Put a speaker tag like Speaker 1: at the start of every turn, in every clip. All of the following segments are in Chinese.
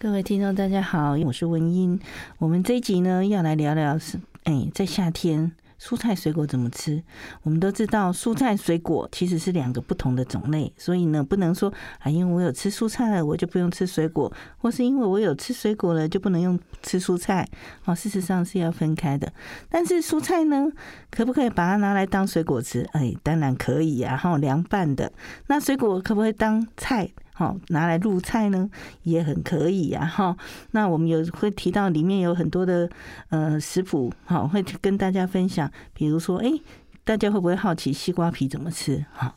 Speaker 1: 各位听众大家好，我是文英。我们这一集呢要来聊聊是，哎，在夏天蔬菜水果怎么吃？我们都知道蔬菜水果其实是两个不同的种类，所以呢不能说啊，因为我有吃蔬菜了，我就不用吃水果，或是因为我有吃水果了就不能用吃蔬菜。哦，事实上是要分开的。啊但是蔬菜呢，可不可以把它拿来当水果吃？哎，当然可以啊，哈、凉拌的。那水果可不可以当菜？好、拿来入菜呢，也很可以啊，哈。那我们有会提到里面有很多的呃食谱，好、会跟大家分享。比如说，哎、大家会不会好奇西瓜皮怎么吃？哈、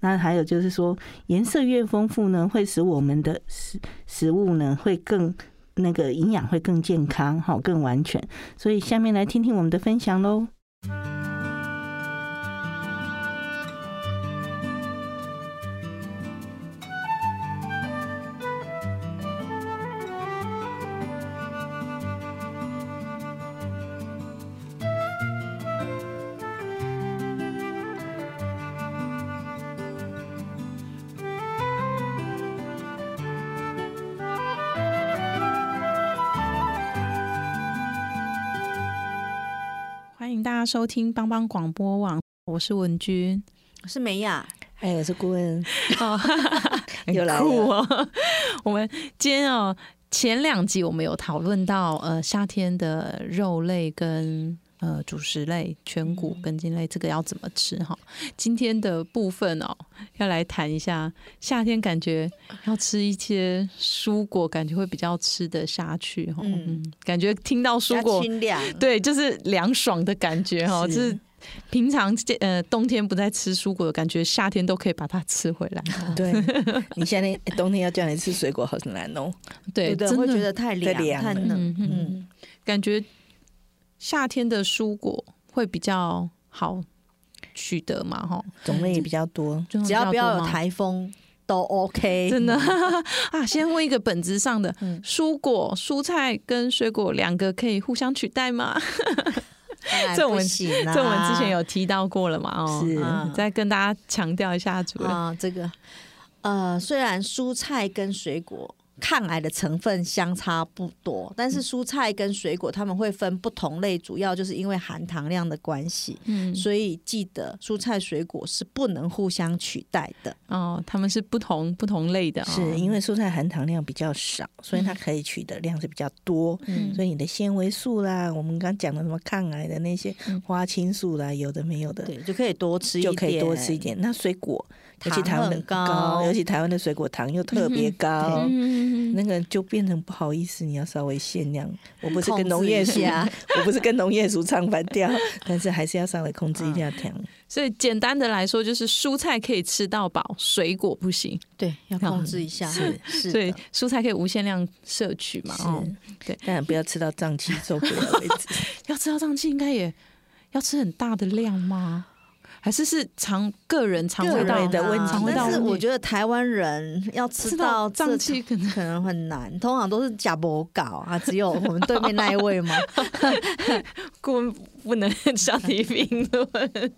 Speaker 1: 那还有就是说，颜色越丰富呢，会使我们的食食物呢会更那个营养会更健康，好、更完全。所以下面来听听我们的分享喽。
Speaker 2: 欢迎大家收听帮帮广播网，我是文君。
Speaker 3: 我是美雅，
Speaker 4: 哎，我是顾问，
Speaker 2: 哦，
Speaker 4: 又来了
Speaker 2: 酷哦！ 我们今天哦，前两集我们有讨论到呃夏天的肉类跟呃主食类、全谷
Speaker 4: 嗯
Speaker 2: 根茎哎类这个要怎么吃哈。今天的部分哦，要来谈一下夏天感觉要吃一些蔬果，感觉会比较吃得下去哈。
Speaker 4: 嗯
Speaker 2: 嗯，感觉听到蔬
Speaker 4: 加
Speaker 2: 果
Speaker 4: 清凉，
Speaker 2: 对，就是凉爽的感觉哈，
Speaker 4: 是
Speaker 2: 就是平常呃冬天不再吃蔬果的感觉，夏天都可以把它吃回来。
Speaker 4: 对，你夏天哎冬天要叫你吃水果好难哦，
Speaker 2: 对，
Speaker 3: 有的
Speaker 2: 真
Speaker 3: 人
Speaker 2: 的
Speaker 3: 会觉得太
Speaker 4: 太
Speaker 3: 凉
Speaker 4: 凉
Speaker 3: 太
Speaker 4: 了
Speaker 3: 冷，
Speaker 2: 嗯嗯，感觉夏天的蔬果会比较好取得嘛哈，
Speaker 4: 种类也比较多。
Speaker 2: 就
Speaker 3: 只要
Speaker 2: 比
Speaker 3: 不
Speaker 2: 较
Speaker 3: 要
Speaker 2: 多
Speaker 3: 有
Speaker 2: 嘛
Speaker 3: 台风都 OK。
Speaker 2: 真的 啊，先问一个本质上的，蔬果、蔬菜跟水果两个可以互相取代吗？
Speaker 3: 当然
Speaker 2: 这我们
Speaker 3: 不行啦
Speaker 2: 这我们之前有提到过了嘛，哦，
Speaker 4: 是
Speaker 2: 嗯再跟大家强调一下，主任，
Speaker 3: 啊，这个呃，虽然蔬菜跟水果抗癌的成分相差不多，但
Speaker 2: 嗯
Speaker 3: 是蔬菜跟水果它们会分不同类，主要就是因为含糖量的关系。
Speaker 2: 嗯
Speaker 3: 所以记得，蔬菜水果是不能互相取代的。
Speaker 2: 哦，他们是不同不同类的、哦，
Speaker 4: 是因为蔬菜含糖量比较少，所以它可以取的量是比较多，
Speaker 2: 嗯
Speaker 4: 所以你的纤维素啦，我们刚讲的什么抗癌的那些花青素啦，有的没有的
Speaker 3: 对，就可以多吃一点，
Speaker 4: 就可以多吃一。点。那水果，尤其
Speaker 3: 糖
Speaker 4: 台湾的
Speaker 3: 很高嗯
Speaker 4: 尤其台湾的水果糖又特别高，那个就变成不好意思，你要稍微限量。我不是
Speaker 3: 控
Speaker 4: 跟
Speaker 3: 制
Speaker 4: 农业署
Speaker 3: 一下，
Speaker 4: 我不是跟农业署唱反调，但是还是要稍微控制一
Speaker 3: 嗯
Speaker 4: 下糖。
Speaker 2: 所以简单的来说，就是蔬菜可以吃到饱，水果不行，
Speaker 3: 对，要控制一下。是是
Speaker 2: 所以
Speaker 3: 的，
Speaker 2: 蔬菜可以无限量摄取嘛。哦，
Speaker 4: 当然不要吃到胀气受不了为止。
Speaker 2: 要吃到胀气，应该也要吃很大的量吗？还是是肠个人肠胃道
Speaker 4: 个人啊的问题
Speaker 2: 肠胃道
Speaker 3: 但是
Speaker 2: 问题
Speaker 3: 我觉得台湾人要吃
Speaker 2: 吃
Speaker 3: 到
Speaker 2: 到
Speaker 3: 这
Speaker 2: 胀气可能
Speaker 3: 可能很难，通常都是假博搞啊，只有我们对面那一位吗？
Speaker 2: 顾问不能上题评论。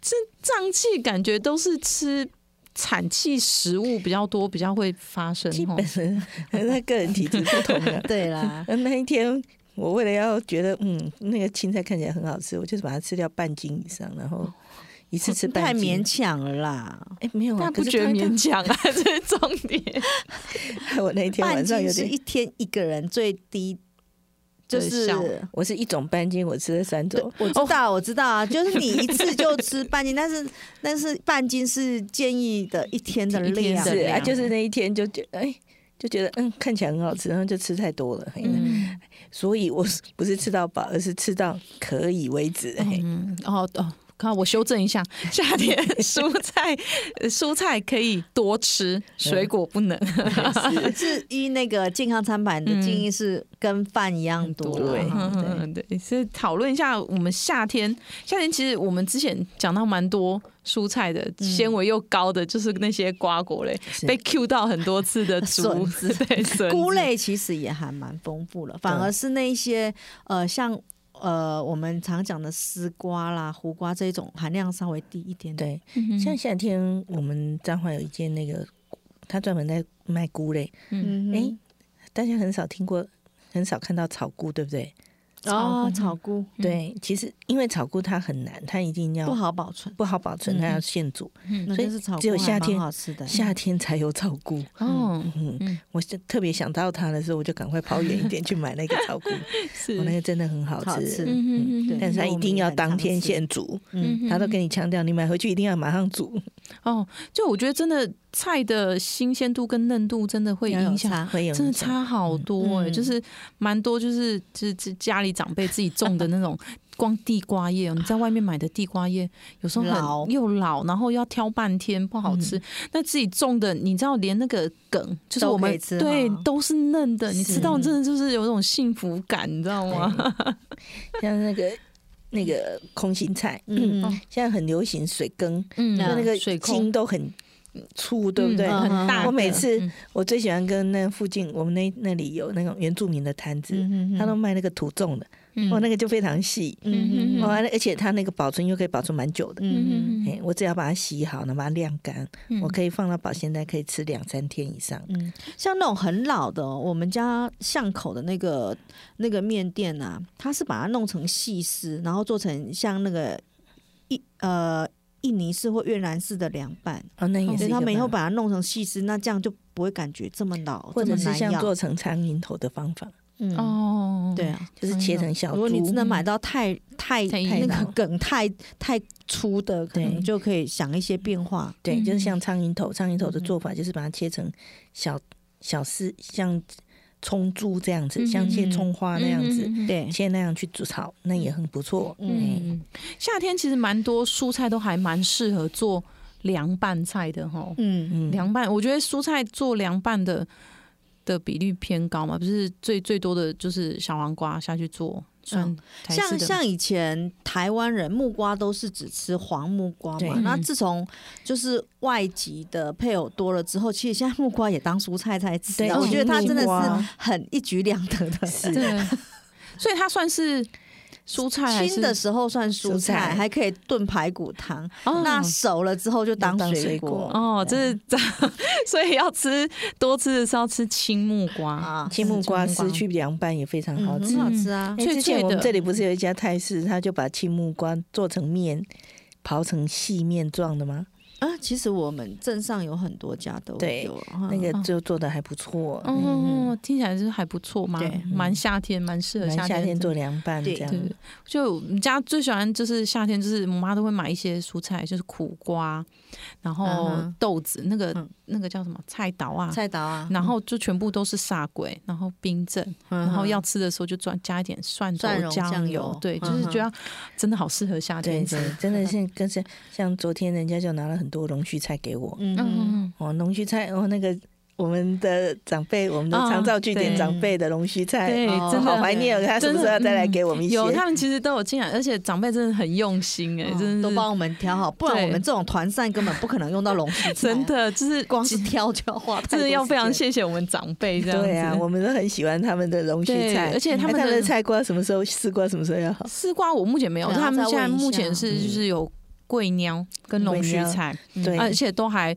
Speaker 2: 这胀气感觉都是吃产气食物比较多，比较会发生。
Speaker 4: 基
Speaker 2: 哦
Speaker 4: 本上， 那个人体质不同的。
Speaker 3: 对啦，
Speaker 4: 那那一天，我为了要觉得嗯，那个青菜看起来很好吃，我就是把它吃掉半斤以上，然后一 次吃
Speaker 3: 太
Speaker 4: 半斤。
Speaker 3: 勉强了啦。
Speaker 4: 哎、没有啊，
Speaker 2: 大家不
Speaker 4: 可是
Speaker 2: 觉得
Speaker 4: 它
Speaker 2: 勉强啊？ 这是重点。
Speaker 4: 它我那一天
Speaker 3: 半
Speaker 4: 晚上
Speaker 3: 斤
Speaker 4: 有
Speaker 3: 是
Speaker 4: 点
Speaker 3: 一，天一个人最低，就
Speaker 2: 对
Speaker 3: 是
Speaker 2: 效
Speaker 4: 我是一种半斤，我吃了三
Speaker 3: 对
Speaker 4: 种。
Speaker 3: 我知道我知道啊，就是你一次就吃半斤，但是但是半斤是建议的一天的
Speaker 2: 一天
Speaker 3: 量，
Speaker 2: 的
Speaker 4: 是
Speaker 2: 量
Speaker 4: 啊，就是那一天就觉得哎。就觉得嗯看起来很好吃，然后就吃太多了，嘿
Speaker 2: 嗯，
Speaker 4: 所以我是不是吃到饱，而是吃到可以为止。嘿
Speaker 2: 嗯，哦哦，看我修正一下，夏天 蔬菜呃蔬菜可以多吃，水果不 能。
Speaker 3: 是依那个健康餐盘的建议是跟饭一样多，
Speaker 4: 对
Speaker 2: 嗯对，所以讨论一下我们夏天，夏天其实我们之前讲到蛮多蔬菜的，
Speaker 3: 嗯
Speaker 2: 纤维又高的，就是那些瓜果类，被 Q 到很多次 的竹
Speaker 3: 笋子
Speaker 2: 对笋
Speaker 3: 菇
Speaker 2: 子
Speaker 3: 类其实也还蛮丰富了，反而是那一些呃，像呃我们常讲的丝瓜啦、胡瓜这一种含量稍微低一点点。
Speaker 4: 对，像夏天我们彰化有一间那个，他专门在卖菇类，
Speaker 2: 嗯，
Speaker 3: 嗯
Speaker 4: 哎、大家很少听过，很少看到炒菇，对不对？
Speaker 3: 哼，哦，草菇嗯
Speaker 4: 对，其实因为炒菇它很难，它一定要
Speaker 3: 不好嗯保存，
Speaker 4: 不好保存，它要现煮，
Speaker 3: 那
Speaker 4: 所以
Speaker 3: 就是草
Speaker 4: 只有
Speaker 3: 菇
Speaker 4: 夏
Speaker 3: 还蛮
Speaker 4: 天
Speaker 3: 好吃的。
Speaker 4: 夏天才有炒菇。
Speaker 2: 哦，
Speaker 4: 嗯，我是特别想到它的时候，我就赶快跑远一点去买那个 草菇，我
Speaker 2: 是
Speaker 4: 那个真的很好
Speaker 3: 好吃
Speaker 4: 吃。
Speaker 2: 嗯
Speaker 3: 对
Speaker 2: 嗯
Speaker 4: 但是它一定要当天现煮，
Speaker 2: 嗯
Speaker 4: 他都跟你强调，你买回去一定要马上煮，
Speaker 2: 哦，就我觉得真的菜的新鲜度跟嫩度真的会
Speaker 3: 要有
Speaker 2: 影响
Speaker 3: 差
Speaker 4: 会有
Speaker 2: 真的
Speaker 4: 影响
Speaker 2: 差好多哎、
Speaker 3: 嗯
Speaker 2: 就是蛮多，就是就是就是家里长辈自己种的那种，光地瓜叶哦，你在外面买的地瓜叶有时候
Speaker 3: 老
Speaker 2: 很又老，然后要挑半天不好吃。那自己种的，你知道连那个梗，就是
Speaker 3: 都
Speaker 2: 我
Speaker 3: 可
Speaker 2: 们
Speaker 3: 以吃
Speaker 2: 对
Speaker 3: 哈
Speaker 2: 都是嫩的，你
Speaker 4: 是
Speaker 2: 吃到真的就是有一种幸福感，你知道吗？
Speaker 4: 像那个那个空心菜，嗯，
Speaker 3: 嗯，
Speaker 4: 现在很流行水羹，
Speaker 2: 嗯
Speaker 4: 就那个
Speaker 2: 水
Speaker 4: 茎
Speaker 2: 空
Speaker 4: 都很粗，对不对？
Speaker 2: 嗯很大
Speaker 3: 嗯
Speaker 2: 个。
Speaker 4: 我每次
Speaker 2: 嗯
Speaker 4: 我最喜欢跟那附近我们那那里有那种原住民的摊子，
Speaker 3: 嗯
Speaker 4: 他都卖那个土种的，
Speaker 2: 嗯
Speaker 4: 哇，那个就非常细，
Speaker 2: 嗯
Speaker 4: 哇，而且它那个保存又可以保存蛮久的。
Speaker 3: 嗯
Speaker 2: 嗯
Speaker 4: 哎，我只要把它洗好，然后把它晾干，
Speaker 2: 嗯
Speaker 4: 我可以放到保鲜袋，可以吃两三天以上。
Speaker 3: 嗯，像那种很老的、哦，我们家巷口的那个那个面店啊，它是把它弄成细丝，然后做成像那个印呃印尼式或越南式的凉拌，
Speaker 4: 哦，那也
Speaker 3: 所
Speaker 4: 是
Speaker 3: 以
Speaker 4: 一个
Speaker 3: 他们以后
Speaker 4: 办法
Speaker 3: 把它弄成细丝，那这样就不会感觉这么老，
Speaker 4: 或者
Speaker 3: 这
Speaker 4: 是
Speaker 3: 么难
Speaker 4: 像
Speaker 3: 咬
Speaker 4: 做成苍蝇头的方法，
Speaker 3: 嗯、
Speaker 2: 哦，
Speaker 3: 对啊。
Speaker 4: 就是切成小
Speaker 3: 如
Speaker 4: 猪
Speaker 3: 果。你真的买到太太
Speaker 2: 太
Speaker 3: 那
Speaker 2: 老
Speaker 3: 个梗太太粗的，可
Speaker 4: 对
Speaker 3: 能就可以想一些变化。
Speaker 4: 对，
Speaker 2: 嗯
Speaker 4: 就是像苍蝇头，苍蝇头的做法就是把它切成小小丝，像葱珠这样
Speaker 1: 嗯
Speaker 4: 子，像切葱花那样子，
Speaker 2: 嗯
Speaker 3: 对，
Speaker 4: 切那样去煮炒，那也很不错。嗯，
Speaker 2: 嗯，夏天其实蛮多蔬菜都还蛮适合做凉拌菜的哈。
Speaker 3: 嗯
Speaker 4: 嗯
Speaker 2: 凉拌，我觉得蔬菜做凉拌的的比率偏高嘛，不是最最多的就是小黄瓜下去做，算台式
Speaker 3: 嗯
Speaker 2: 的
Speaker 3: 像像以前台湾人木瓜都是只吃黄木瓜
Speaker 4: 对嗯
Speaker 3: 嘛，那自从就是外籍的配偶多了之后，其实现在木瓜也当蔬菜在吃
Speaker 4: 对
Speaker 3: 啊，我觉得它真的
Speaker 4: 木瓜
Speaker 3: 是很一举两得的。
Speaker 2: 对，所以它算是蔬菜还是
Speaker 3: 熏的时候算蔬
Speaker 4: 蔬菜
Speaker 3: 菜，还可以炖排骨汤，
Speaker 2: 哦
Speaker 3: 那熟了之后就当
Speaker 4: 当水
Speaker 3: 水
Speaker 4: 果
Speaker 3: 果
Speaker 2: 哦，这是 所以要吃多吃的是要吃青木瓜，
Speaker 3: 啊，
Speaker 4: 青木瓜丝去凉拌也非常好
Speaker 3: 嗯
Speaker 4: 吃。
Speaker 3: 很好吃啊
Speaker 4: 哎，
Speaker 2: 脆
Speaker 4: 之前
Speaker 2: 脆
Speaker 4: 我们
Speaker 2: 的
Speaker 4: 这里不是有一家泰式，他就把青木瓜做成面，刨成细面状的吗？
Speaker 2: 嗯
Speaker 3: 啊！其实我们镇上有很多家都
Speaker 4: 对
Speaker 3: 有啊
Speaker 4: 那
Speaker 2: 嗯
Speaker 4: 个就做的还不错，嗯
Speaker 2: 哦，听起来就是还不错嘛
Speaker 3: 嗯对，嗯
Speaker 2: 蛮夏天，蛮适合
Speaker 4: 蛮
Speaker 2: 夏
Speaker 4: 夏
Speaker 2: 天
Speaker 4: 天
Speaker 2: 的
Speaker 4: 做凉拌这
Speaker 3: 对
Speaker 4: 样
Speaker 2: 对。，就我们家最喜欢就是夏天，就是我妈都会买一些蔬菜，就是苦瓜，然后
Speaker 3: 嗯哼
Speaker 2: 豆子，那个
Speaker 3: 嗯
Speaker 2: 那个叫什么菜刀啊，嗯
Speaker 3: 菜刀啊，
Speaker 2: 然后就全部都是撒鬼，然后冰镇，
Speaker 3: 然
Speaker 2: 然后要吃的时候就加加一点蒜头
Speaker 3: 蒜蓉
Speaker 2: 酱
Speaker 3: 酱油
Speaker 2: 对，就
Speaker 3: 嗯
Speaker 2: 是
Speaker 3: 哼
Speaker 2: 觉得真的好适合夏
Speaker 4: 对
Speaker 2: 天吃。
Speaker 4: 对，真的是跟是像昨天人家就拿了很多龙须菜给我，
Speaker 3: 嗯哼
Speaker 2: 嗯，
Speaker 4: 哦，龙须菜哦，那个我们的长辈，我们
Speaker 1: 啊
Speaker 4: 的长照据点
Speaker 2: 对
Speaker 4: 长辈的龙须菜，
Speaker 2: 对
Speaker 3: 哎
Speaker 4: 哦
Speaker 2: 真的
Speaker 4: 好怀念哦，他什么时候要再来
Speaker 1: 嗯
Speaker 4: 给我们一些？
Speaker 2: 有他们其实都有进来，而且长辈真的很用心哎、
Speaker 3: 哦
Speaker 2: 真的
Speaker 3: 都
Speaker 2: 是
Speaker 3: 帮我们挑好，不然
Speaker 2: 对，
Speaker 3: 我们这种团扇根本不可能用到龙须菜 啊
Speaker 2: 真的就是
Speaker 3: 光是挑就要花太多时间，
Speaker 2: 真的要非常谢谢我们长辈这样子。
Speaker 4: 对啊，我们都很喜欢他们的龙须菜，
Speaker 2: 对而
Speaker 3: 嗯
Speaker 2: 且他们
Speaker 4: 哎
Speaker 2: 的
Speaker 4: 的菜瓜什么时候丝瓜什么时候要好？
Speaker 2: 丝瓜我目前没有，
Speaker 3: 对啊
Speaker 2: 他们
Speaker 3: 再问
Speaker 2: 现在
Speaker 3: 一
Speaker 2: 目
Speaker 3: 下
Speaker 2: 前是就是有桂鸟跟龙须菜，
Speaker 4: 对
Speaker 2: 而且都还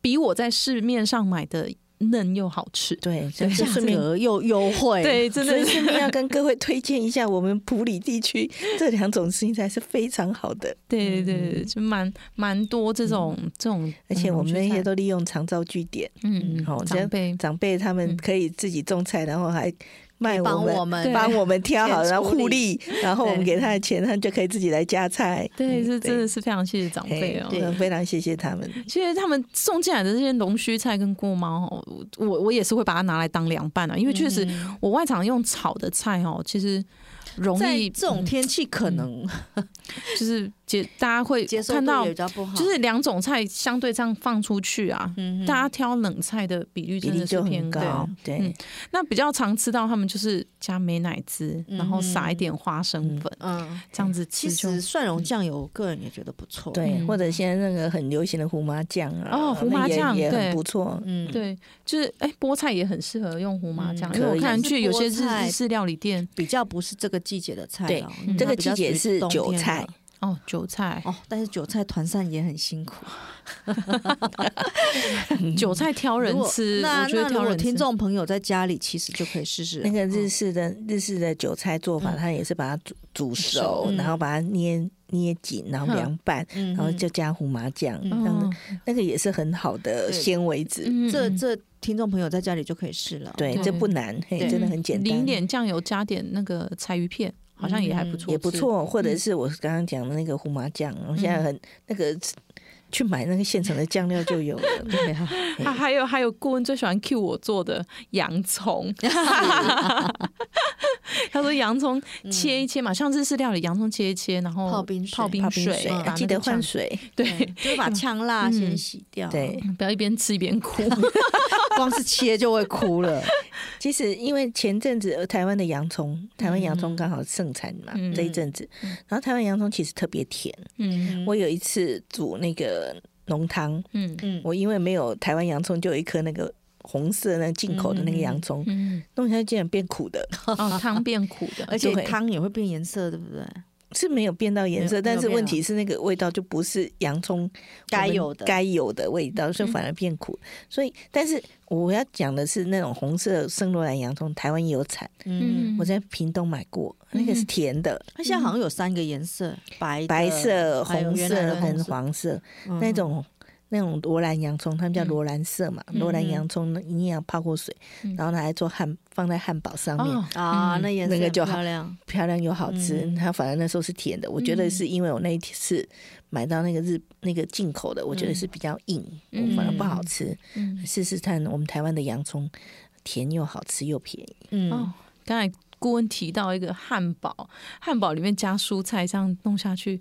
Speaker 2: 比我在市面上买的嫩又好吃。
Speaker 4: 对，所
Speaker 3: 对，
Speaker 4: 以就
Speaker 3: 价
Speaker 4: 顺便。
Speaker 3: 格又优惠，
Speaker 2: 对，真
Speaker 4: 所
Speaker 2: 的
Speaker 4: 以
Speaker 2: 是
Speaker 4: 顺便要跟各位推荐一下，我们普里地区这两种蔬菜是非常好的，
Speaker 2: 对对对对，就蛮蛮多这种这种，嗯
Speaker 4: 而且我们那些
Speaker 2: 都
Speaker 4: 都利用长照据点，
Speaker 2: 嗯
Speaker 4: 好
Speaker 2: 长辈嗯
Speaker 4: 长辈他们可以自己种菜，然后还
Speaker 1: 卖
Speaker 3: 帮
Speaker 1: 们
Speaker 3: 我们
Speaker 2: 对
Speaker 1: 帮我们挑好，
Speaker 3: 先
Speaker 1: 然后
Speaker 3: 处
Speaker 1: 互利，然后我们给他的钱，他就可以自己来加菜。
Speaker 2: 对，
Speaker 4: 哎
Speaker 1: 嗯
Speaker 2: 这真的是非常谢谢长辈哦。
Speaker 1: 嘿
Speaker 3: 对
Speaker 1: 非常谢谢他们。
Speaker 2: 其实他们送进来的这些龙须菜跟锅猫哦，我我也是会把它拿来当凉拌啊，因为确实我外场用炒的菜哦，其实容
Speaker 3: 在
Speaker 2: 易
Speaker 3: 这种
Speaker 2: 嗯
Speaker 3: 天气可能
Speaker 2: 就是接大家会
Speaker 3: 接受
Speaker 2: 看
Speaker 3: 度
Speaker 2: 到
Speaker 3: 也比较不好，
Speaker 2: 就是两种菜相对这样放出去啊，
Speaker 3: 嗯
Speaker 2: 大家挑冷菜的比率
Speaker 1: 比
Speaker 2: 真
Speaker 1: 例
Speaker 2: 的是
Speaker 1: 就
Speaker 2: 偏
Speaker 1: 很高，对，
Speaker 2: 嗯那比较常吃到他们就是加美乃滋，然后撒一点花生粉，
Speaker 3: 嗯，
Speaker 2: 这样子
Speaker 3: 其
Speaker 2: 吃就
Speaker 3: 实蒜蓉酱油，我个人也觉得不错。
Speaker 1: 嗯对，
Speaker 2: 嗯
Speaker 1: 或者现在那个很流行的胡麻酱啊，
Speaker 2: 哦胡
Speaker 1: 那
Speaker 2: 麻
Speaker 1: 也
Speaker 2: 酱
Speaker 1: 也
Speaker 2: 对
Speaker 1: 很不错。
Speaker 3: 嗯，
Speaker 2: 对，就是哎、菠菜也很适合用胡麻酱，
Speaker 1: 嗯
Speaker 2: 因为我
Speaker 1: 可以
Speaker 2: 看
Speaker 3: 是
Speaker 2: 去有些
Speaker 3: 菠菜
Speaker 2: 日日式料理店
Speaker 3: 比较不是这个季节的菜
Speaker 1: 对
Speaker 3: 了，
Speaker 2: 嗯
Speaker 1: 这
Speaker 3: 它
Speaker 1: 个
Speaker 3: 比
Speaker 1: 季
Speaker 3: 较
Speaker 1: 节
Speaker 3: 属于
Speaker 1: 是
Speaker 3: 冬
Speaker 1: 韭
Speaker 3: 天的
Speaker 1: 菜，
Speaker 2: 哦，韭菜、
Speaker 3: 哦，但是韭菜团扇也很辛苦，
Speaker 2: 韭菜挑人
Speaker 3: 嗯如果
Speaker 2: 吃，
Speaker 3: 那
Speaker 2: 我觉得
Speaker 3: 那如
Speaker 2: 挑
Speaker 3: 果
Speaker 2: 人吃
Speaker 3: 听众朋友在家里，其实就可以试试
Speaker 1: 那
Speaker 4: 嗯
Speaker 1: 个日式的日式的韭菜做法，
Speaker 3: 嗯
Speaker 1: 它也是把它煮煮
Speaker 3: 熟
Speaker 1: 熟，
Speaker 3: 嗯
Speaker 1: 然后把它捏捏紧，然后
Speaker 2: 哼
Speaker 1: 凉拌，
Speaker 3: 嗯
Speaker 1: 然后就加胡麻酱，
Speaker 3: 嗯
Speaker 1: 让
Speaker 2: 哦
Speaker 1: 那个也是很好的
Speaker 3: 对
Speaker 1: 纤维质。
Speaker 2: 嗯
Speaker 3: 这
Speaker 2: 嗯
Speaker 3: 这听众朋友在家里就可以试了。
Speaker 1: 对，
Speaker 2: 对
Speaker 1: 这不难，嘿
Speaker 3: 对，
Speaker 1: 真的
Speaker 2: 嗯
Speaker 1: 很简
Speaker 2: 淋
Speaker 1: 单。
Speaker 2: 点酱油，加点那个柴鱼片，好像也还不错吃，
Speaker 3: 嗯
Speaker 1: 也不错，或
Speaker 2: 嗯
Speaker 1: 者是我刚刚讲的那个胡麻酱，我现在很那个去买那个现成的酱料就 有了。
Speaker 3: 对啊，
Speaker 2: 啊，还有还有，顾问最喜欢 cue 我做的洋 葱。他说洋葱切一切嘛，像日式料理，洋葱切一切，然后
Speaker 3: 泡冰水
Speaker 2: 泡
Speaker 1: 泡
Speaker 2: 冰
Speaker 1: 冰水，
Speaker 2: 水，把
Speaker 1: 啊
Speaker 2: 那
Speaker 1: 记
Speaker 2: 个
Speaker 1: 得换
Speaker 2: 酱。
Speaker 1: 水。
Speaker 2: 对，
Speaker 3: 就是把呛辣
Speaker 2: 嗯
Speaker 3: 先洗掉。
Speaker 1: 对，，
Speaker 2: 不要一边吃一边 哭。
Speaker 3: 光是切就会哭了。
Speaker 1: 其实因为前阵子呃台湾的洋葱，台湾洋
Speaker 4: 嗯
Speaker 1: 葱刚好盛产嘛，
Speaker 2: 嗯
Speaker 1: 这一阵子，然后台湾洋葱其实特别甜。
Speaker 2: 嗯
Speaker 1: 我有一次煮那个浓汤，
Speaker 2: 嗯
Speaker 3: 嗯，
Speaker 1: 我因为没有台湾洋葱，就有一颗那个红色那进口的那个洋葱，
Speaker 2: 嗯，
Speaker 1: 弄下去竟然变苦的，
Speaker 2: 哦，汤变苦的，
Speaker 3: 而且
Speaker 1: 对
Speaker 3: 汤也会变颜色，对不对？嗯
Speaker 1: 是没有变到颜
Speaker 3: 没
Speaker 1: 色，
Speaker 3: 有
Speaker 1: 但
Speaker 3: 没有
Speaker 1: 是
Speaker 3: 变
Speaker 1: 问
Speaker 3: 啊
Speaker 1: 题是那个味道就不是洋葱
Speaker 3: 该
Speaker 1: 我们
Speaker 3: 有的嗯
Speaker 1: 该有的味道，就反而变苦。所以，但是我要讲的是那种红色圣罗兰洋葱，台湾也有产，
Speaker 3: 嗯，
Speaker 1: 我在屏东买过，那个是甜的，
Speaker 3: 它
Speaker 2: 嗯
Speaker 3: 现在好像有三个颜色，白的
Speaker 1: 白色、
Speaker 3: 还有
Speaker 1: 红
Speaker 3: 哎原来
Speaker 1: 色
Speaker 3: 的
Speaker 1: 跟
Speaker 3: 红色
Speaker 1: 黄色
Speaker 3: 嗯
Speaker 1: 那种。那种罗兰洋葱，他们叫罗兰色嘛，罗兰洋葱一定要泡过水，然后拿来做汉，放在汉堡上面，
Speaker 2: 哦
Speaker 3: 啊，
Speaker 2: 嗯
Speaker 3: 那颜色
Speaker 1: 那个就
Speaker 3: 很
Speaker 1: 好
Speaker 3: 漂亮。
Speaker 1: 漂亮又好吃。
Speaker 3: 嗯
Speaker 1: 它反正那时候是甜的，我觉得是因为我那一次买到那个日那个进口的，我觉得是比较硬，
Speaker 2: 嗯
Speaker 1: 我反而不好吃。
Speaker 2: 嗯
Speaker 1: 试试看我们台湾的洋葱，甜又好吃又便宜。
Speaker 3: 嗯
Speaker 2: 哦，刚才顾问提到一个汉堡，汉堡里面加蔬菜，这样弄下去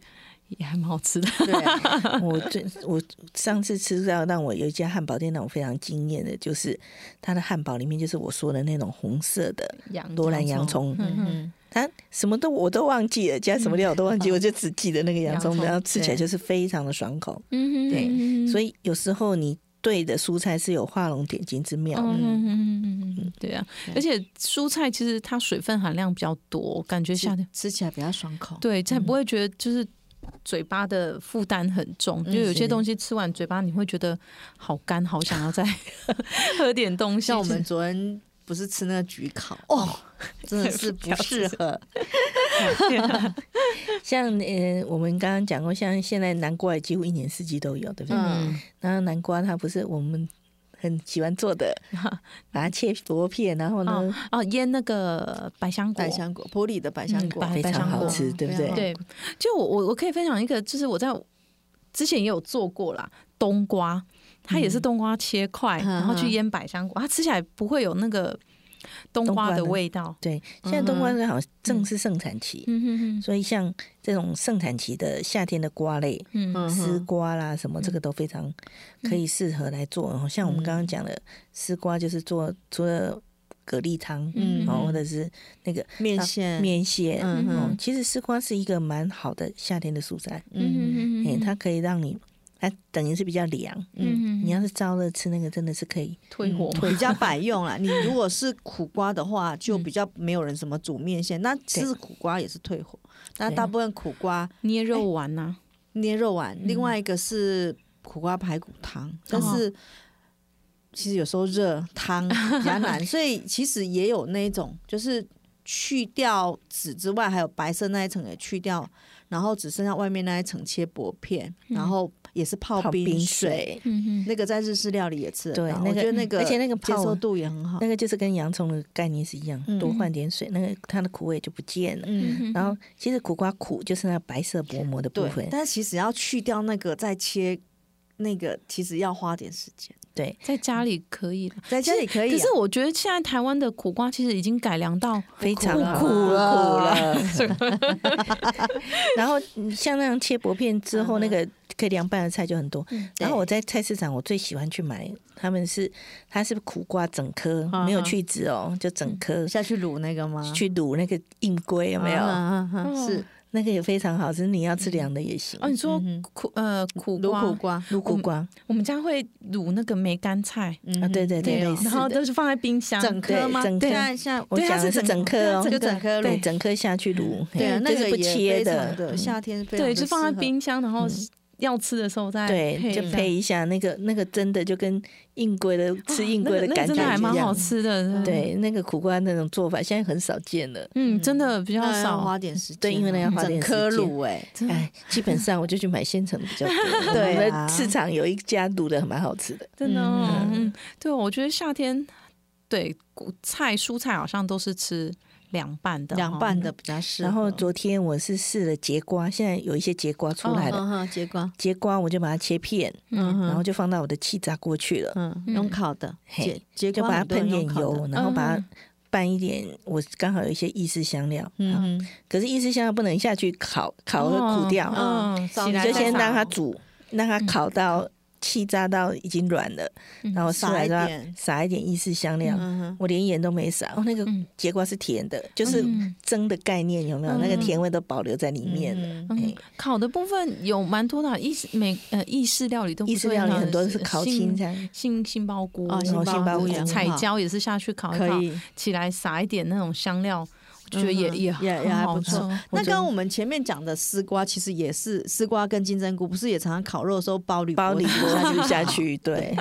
Speaker 2: 也还蛮好吃的。
Speaker 3: 对啊，
Speaker 1: 我最我上次吃到让我有一家汉堡店让我非常惊艳的，就是它的汉堡里面就是我说的那种红色的
Speaker 2: 洋嗯
Speaker 1: 罗兰洋葱，
Speaker 3: 嗯
Speaker 1: 它什么都我都忘记了，加什么料我都忘记，我就只记得那个洋葱，
Speaker 2: 洋葱
Speaker 1: 然后吃起来
Speaker 2: 嗯对
Speaker 1: 就是非常的爽口。
Speaker 2: 嗯
Speaker 1: 对所
Speaker 2: 以
Speaker 1: 以有时候你对的蔬菜是有画龙点睛之妙的。
Speaker 2: 嗯嗯，对啊，而且蔬菜其实它水分含量比较多，感觉夏天
Speaker 3: 吃起来比较爽口。
Speaker 2: 对才不会觉得就是嘴巴的负担很重，就有些东西吃完嘴巴你会觉得好干，好想要再喝点东西。
Speaker 3: 像我们昨天不是吃那个焗烤哦， 真的是不适合。
Speaker 1: 像呃，我们刚刚讲过，像现在南瓜也几乎一年四季都有，对不对？
Speaker 3: 嗯，
Speaker 1: 然后南瓜它不是我们很喜欢做 的，把它切薄片，然后
Speaker 2: 哦
Speaker 1: 呢，
Speaker 2: 哦腌那个百香果
Speaker 3: 百，香果，普里的百香
Speaker 2: 嗯
Speaker 3: 果
Speaker 2: 百
Speaker 1: 非常好吃，
Speaker 3: 嗯
Speaker 1: 对不对？
Speaker 2: 对，就我我我可以分享一个，就是我在之前也有做过啦，冬瓜，它也是冬瓜切块，
Speaker 3: 嗯
Speaker 2: 然后去腌百香果，它吃起来不会有那个冬
Speaker 1: 冬
Speaker 2: 瓜
Speaker 1: 瓜
Speaker 2: 的
Speaker 1: 的
Speaker 2: 味道。
Speaker 1: 对，现在冬瓜刚好正是盛产期，
Speaker 2: 嗯嗯
Speaker 1: 所以像这种盛产期的夏天的瓜类，
Speaker 2: 嗯嗯
Speaker 3: 嗯
Speaker 1: 丝
Speaker 3: 哼
Speaker 1: 瓜啦什么，这个都非常可以适合来做。哦像我们刚刚讲的丝瓜，就是做除了蛤蜊汤，
Speaker 2: 嗯
Speaker 3: 嗯，
Speaker 1: 哦，或者是那个
Speaker 3: 面线，
Speaker 1: 面线，
Speaker 3: 嗯
Speaker 1: 哦
Speaker 3: 哼，
Speaker 1: 其实丝瓜是一个蛮好的夏天的蔬菜，
Speaker 3: 嗯
Speaker 2: 嗯
Speaker 1: 哎，它可以让你，它等于是比较凉。
Speaker 3: 嗯，
Speaker 2: 嗯
Speaker 1: 你要是燥热吃那个，真的是可以。
Speaker 2: 退火
Speaker 4: 嗯
Speaker 2: 嘛
Speaker 3: 比较百用 啦。你如果是苦瓜的话，就比较没有人什么煮面线。那吃苦瓜也是退火，那大部分苦瓜
Speaker 2: 捏肉丸呐，
Speaker 3: 捏肉丸，
Speaker 4: 嗯
Speaker 3: 另外一个是苦瓜排骨
Speaker 4: 哦
Speaker 3: 汤，但是。其实有时候热 汤比较难，所以其实也有那种，就是去掉籽之外，还有白色那一层也去掉，然后只剩下外面那一层切薄片，然后也是泡
Speaker 4: 嗯泡
Speaker 3: 冰
Speaker 4: 冰
Speaker 3: 水，
Speaker 4: 水，
Speaker 2: 嗯
Speaker 3: 那个在日式料理也吃得
Speaker 4: 对
Speaker 3: 到，
Speaker 4: 那
Speaker 3: 我
Speaker 4: 个
Speaker 3: 觉得那个
Speaker 4: 而且那个
Speaker 3: 接
Speaker 4: 泡
Speaker 3: 受
Speaker 4: 啊
Speaker 3: 度也很好
Speaker 4: 那。个就是跟洋葱的概念是一样，
Speaker 3: 嗯
Speaker 4: 多换点水，那个它的苦味就不见了。
Speaker 3: 嗯，
Speaker 4: 然后其实苦瓜苦就是那白色薄膜的部
Speaker 3: 对
Speaker 4: 分，，
Speaker 3: 但是其实要去掉那个再切那个，其实要花点时间，
Speaker 4: 对，
Speaker 2: 在家里可以啦。
Speaker 3: 在家里可以
Speaker 2: 可
Speaker 3: 啊、
Speaker 2: 是我觉得现在台湾的苦瓜其实已经改良到
Speaker 4: 非常
Speaker 2: 不
Speaker 4: 好
Speaker 2: 苦了，
Speaker 4: 然后嗯像那样切薄片之后，那个可以凉拌的菜就很多。然后我在菜市场，我最喜欢去买，他们是它是苦瓜整颗，
Speaker 2: 啊
Speaker 4: 没有去籽哦，就整颗
Speaker 3: 下去卤那个吗？
Speaker 4: 去卤那个硬龟有没
Speaker 3: 嗯啊
Speaker 4: 有？
Speaker 3: 啊啊啊是
Speaker 4: 那个也非常好吃，你要吃凉的也行
Speaker 2: 哦，。你说
Speaker 3: 嗯哼
Speaker 2: 苦呃苦
Speaker 3: 卤
Speaker 2: 瓜
Speaker 3: 苦，瓜啊，
Speaker 4: 卤苦瓜啊，
Speaker 2: 我们家会卤那个梅干菜，
Speaker 4: 嗯对对对，
Speaker 2: 没有
Speaker 4: 类似
Speaker 2: 然后
Speaker 4: 的。
Speaker 2: 都是放在冰箱，
Speaker 3: 整颗吗？
Speaker 4: 对啊整颗
Speaker 3: 现在现在
Speaker 4: 我
Speaker 2: 对它
Speaker 4: 讲的
Speaker 2: 是
Speaker 4: 是整颗哦，
Speaker 3: 就整颗
Speaker 4: 对，
Speaker 3: 嗯卤，
Speaker 4: 整颗下去卤，
Speaker 3: 对啊，
Speaker 4: 嘿
Speaker 3: 那
Speaker 4: 就是
Speaker 3: 个
Speaker 4: 不
Speaker 3: 也
Speaker 4: 切
Speaker 3: 非常
Speaker 4: 的，嗯
Speaker 3: 的，夏天非常
Speaker 2: 对，
Speaker 3: 的
Speaker 2: 就放在
Speaker 3: 啊适合。
Speaker 2: 冰箱，然后要吃的时候再
Speaker 4: 对，就配一下那个那个真的就跟硬龟的吃硬龟
Speaker 2: 那个那个
Speaker 4: 感觉
Speaker 2: 真
Speaker 4: 一
Speaker 2: 的还蛮好
Speaker 4: 样。
Speaker 2: 吃
Speaker 3: 嗯
Speaker 2: 的，，
Speaker 4: 对，那个苦瓜那种做法现在很少见了。
Speaker 2: 嗯，真的比较
Speaker 3: 那要
Speaker 2: 少，
Speaker 3: 花点时间啊，
Speaker 4: 对因为那要花
Speaker 3: 整
Speaker 4: 点时
Speaker 3: 颗
Speaker 4: 间
Speaker 3: 卤哎，
Speaker 4: 哎，基本上我就去买现成的比较多。
Speaker 3: 对啊
Speaker 4: 我们市场有一家卤的蛮好吃的，
Speaker 2: 真的哦，
Speaker 4: 嗯
Speaker 2: 嗯，对，我觉得夏天对谷菜蔬菜好像都是吃凉拌的哦，
Speaker 3: 凉拌的比较适合。
Speaker 4: 然后昨天我是试了节瓜，现在有一些节瓜出来了，
Speaker 3: 嗯哼，节瓜，
Speaker 4: 节瓜我就把它切片，
Speaker 3: 嗯哼，
Speaker 4: 然后就放到我的气炸锅去了，
Speaker 3: 嗯，用烤的，
Speaker 4: 嘿
Speaker 3: 节节
Speaker 4: 就
Speaker 3: 瓜
Speaker 4: 把它
Speaker 3: 很多人
Speaker 4: 喷点
Speaker 3: 用烤
Speaker 4: 油，
Speaker 3: 的，
Speaker 4: 然后把
Speaker 2: 嗯
Speaker 4: 它拌一点，我刚好有一些意式香料，嗯，
Speaker 3: 嗯哼，
Speaker 4: 可是意式香料不能下去烤，烤会
Speaker 2: 哦
Speaker 4: 苦掉，
Speaker 2: 嗯，
Speaker 3: 烧嗯
Speaker 2: 起
Speaker 4: 你
Speaker 2: 来
Speaker 4: 就
Speaker 2: 再
Speaker 4: 先让
Speaker 2: 烧
Speaker 4: 它煮，让它烤到气炸到已经软了，然后出
Speaker 3: 撒
Speaker 4: 来
Speaker 3: 一
Speaker 4: 就要
Speaker 3: 点
Speaker 4: 撒一点意式香料，
Speaker 3: 嗯哼，
Speaker 4: 我连盐都没撒，哦，那个
Speaker 2: 嗯
Speaker 4: 节瓜是甜的，就是
Speaker 2: 嗯
Speaker 4: 蒸的概念有没有？
Speaker 2: 嗯
Speaker 4: 那个甜味都保留在里面了。
Speaker 3: 嗯哼
Speaker 2: 嗯，烤的部分有蛮多的，意式美呃意式料理都不
Speaker 4: 意式料理
Speaker 2: 错
Speaker 4: 很多是烤青菜，
Speaker 2: 杏杏鲍菇
Speaker 3: 哦，
Speaker 4: 然后
Speaker 3: 杏
Speaker 4: 杏鲍
Speaker 3: 鲍菇
Speaker 4: 菇
Speaker 3: 也很
Speaker 2: 彩
Speaker 3: 好
Speaker 2: 椒也是下去烤一
Speaker 3: 可
Speaker 2: 烤，
Speaker 3: 以，
Speaker 2: 起来撒一点那种香料，我觉得也
Speaker 3: 嗯哼
Speaker 2: 也
Speaker 3: 也也
Speaker 2: 很
Speaker 3: 还
Speaker 2: 好
Speaker 3: 不
Speaker 2: 吃哦
Speaker 3: 错。那刚刚我们前面讲的丝瓜，其实也是丝瓜跟金针菇，不是也常常烤肉的时候包里
Speaker 4: 包里锅下 去下去，对。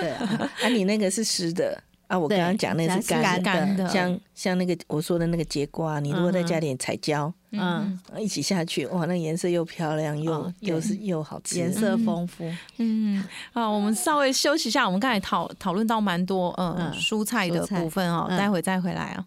Speaker 3: 对啊，
Speaker 4: 啊，你那个是湿的啊，我
Speaker 3: 对
Speaker 4: 刚刚讲那个是
Speaker 3: 那
Speaker 4: 干
Speaker 3: 是
Speaker 4: 的，
Speaker 2: 干的，
Speaker 4: 像像那个我说的那个节瓜，你如果再加点彩椒
Speaker 2: 嗯
Speaker 3: 嗯，
Speaker 4: 一起下去，哇，那颜色又漂亮又、
Speaker 3: 哦
Speaker 4: 又是又好吃，
Speaker 3: 颜色丰富，
Speaker 2: 嗯啊，我们稍微休息一下，我们刚才讨讨论到蛮多呃
Speaker 3: 嗯
Speaker 2: 蔬菜的
Speaker 3: 蔬菜
Speaker 2: 部分哦，
Speaker 3: 嗯
Speaker 2: 待会再回来啊。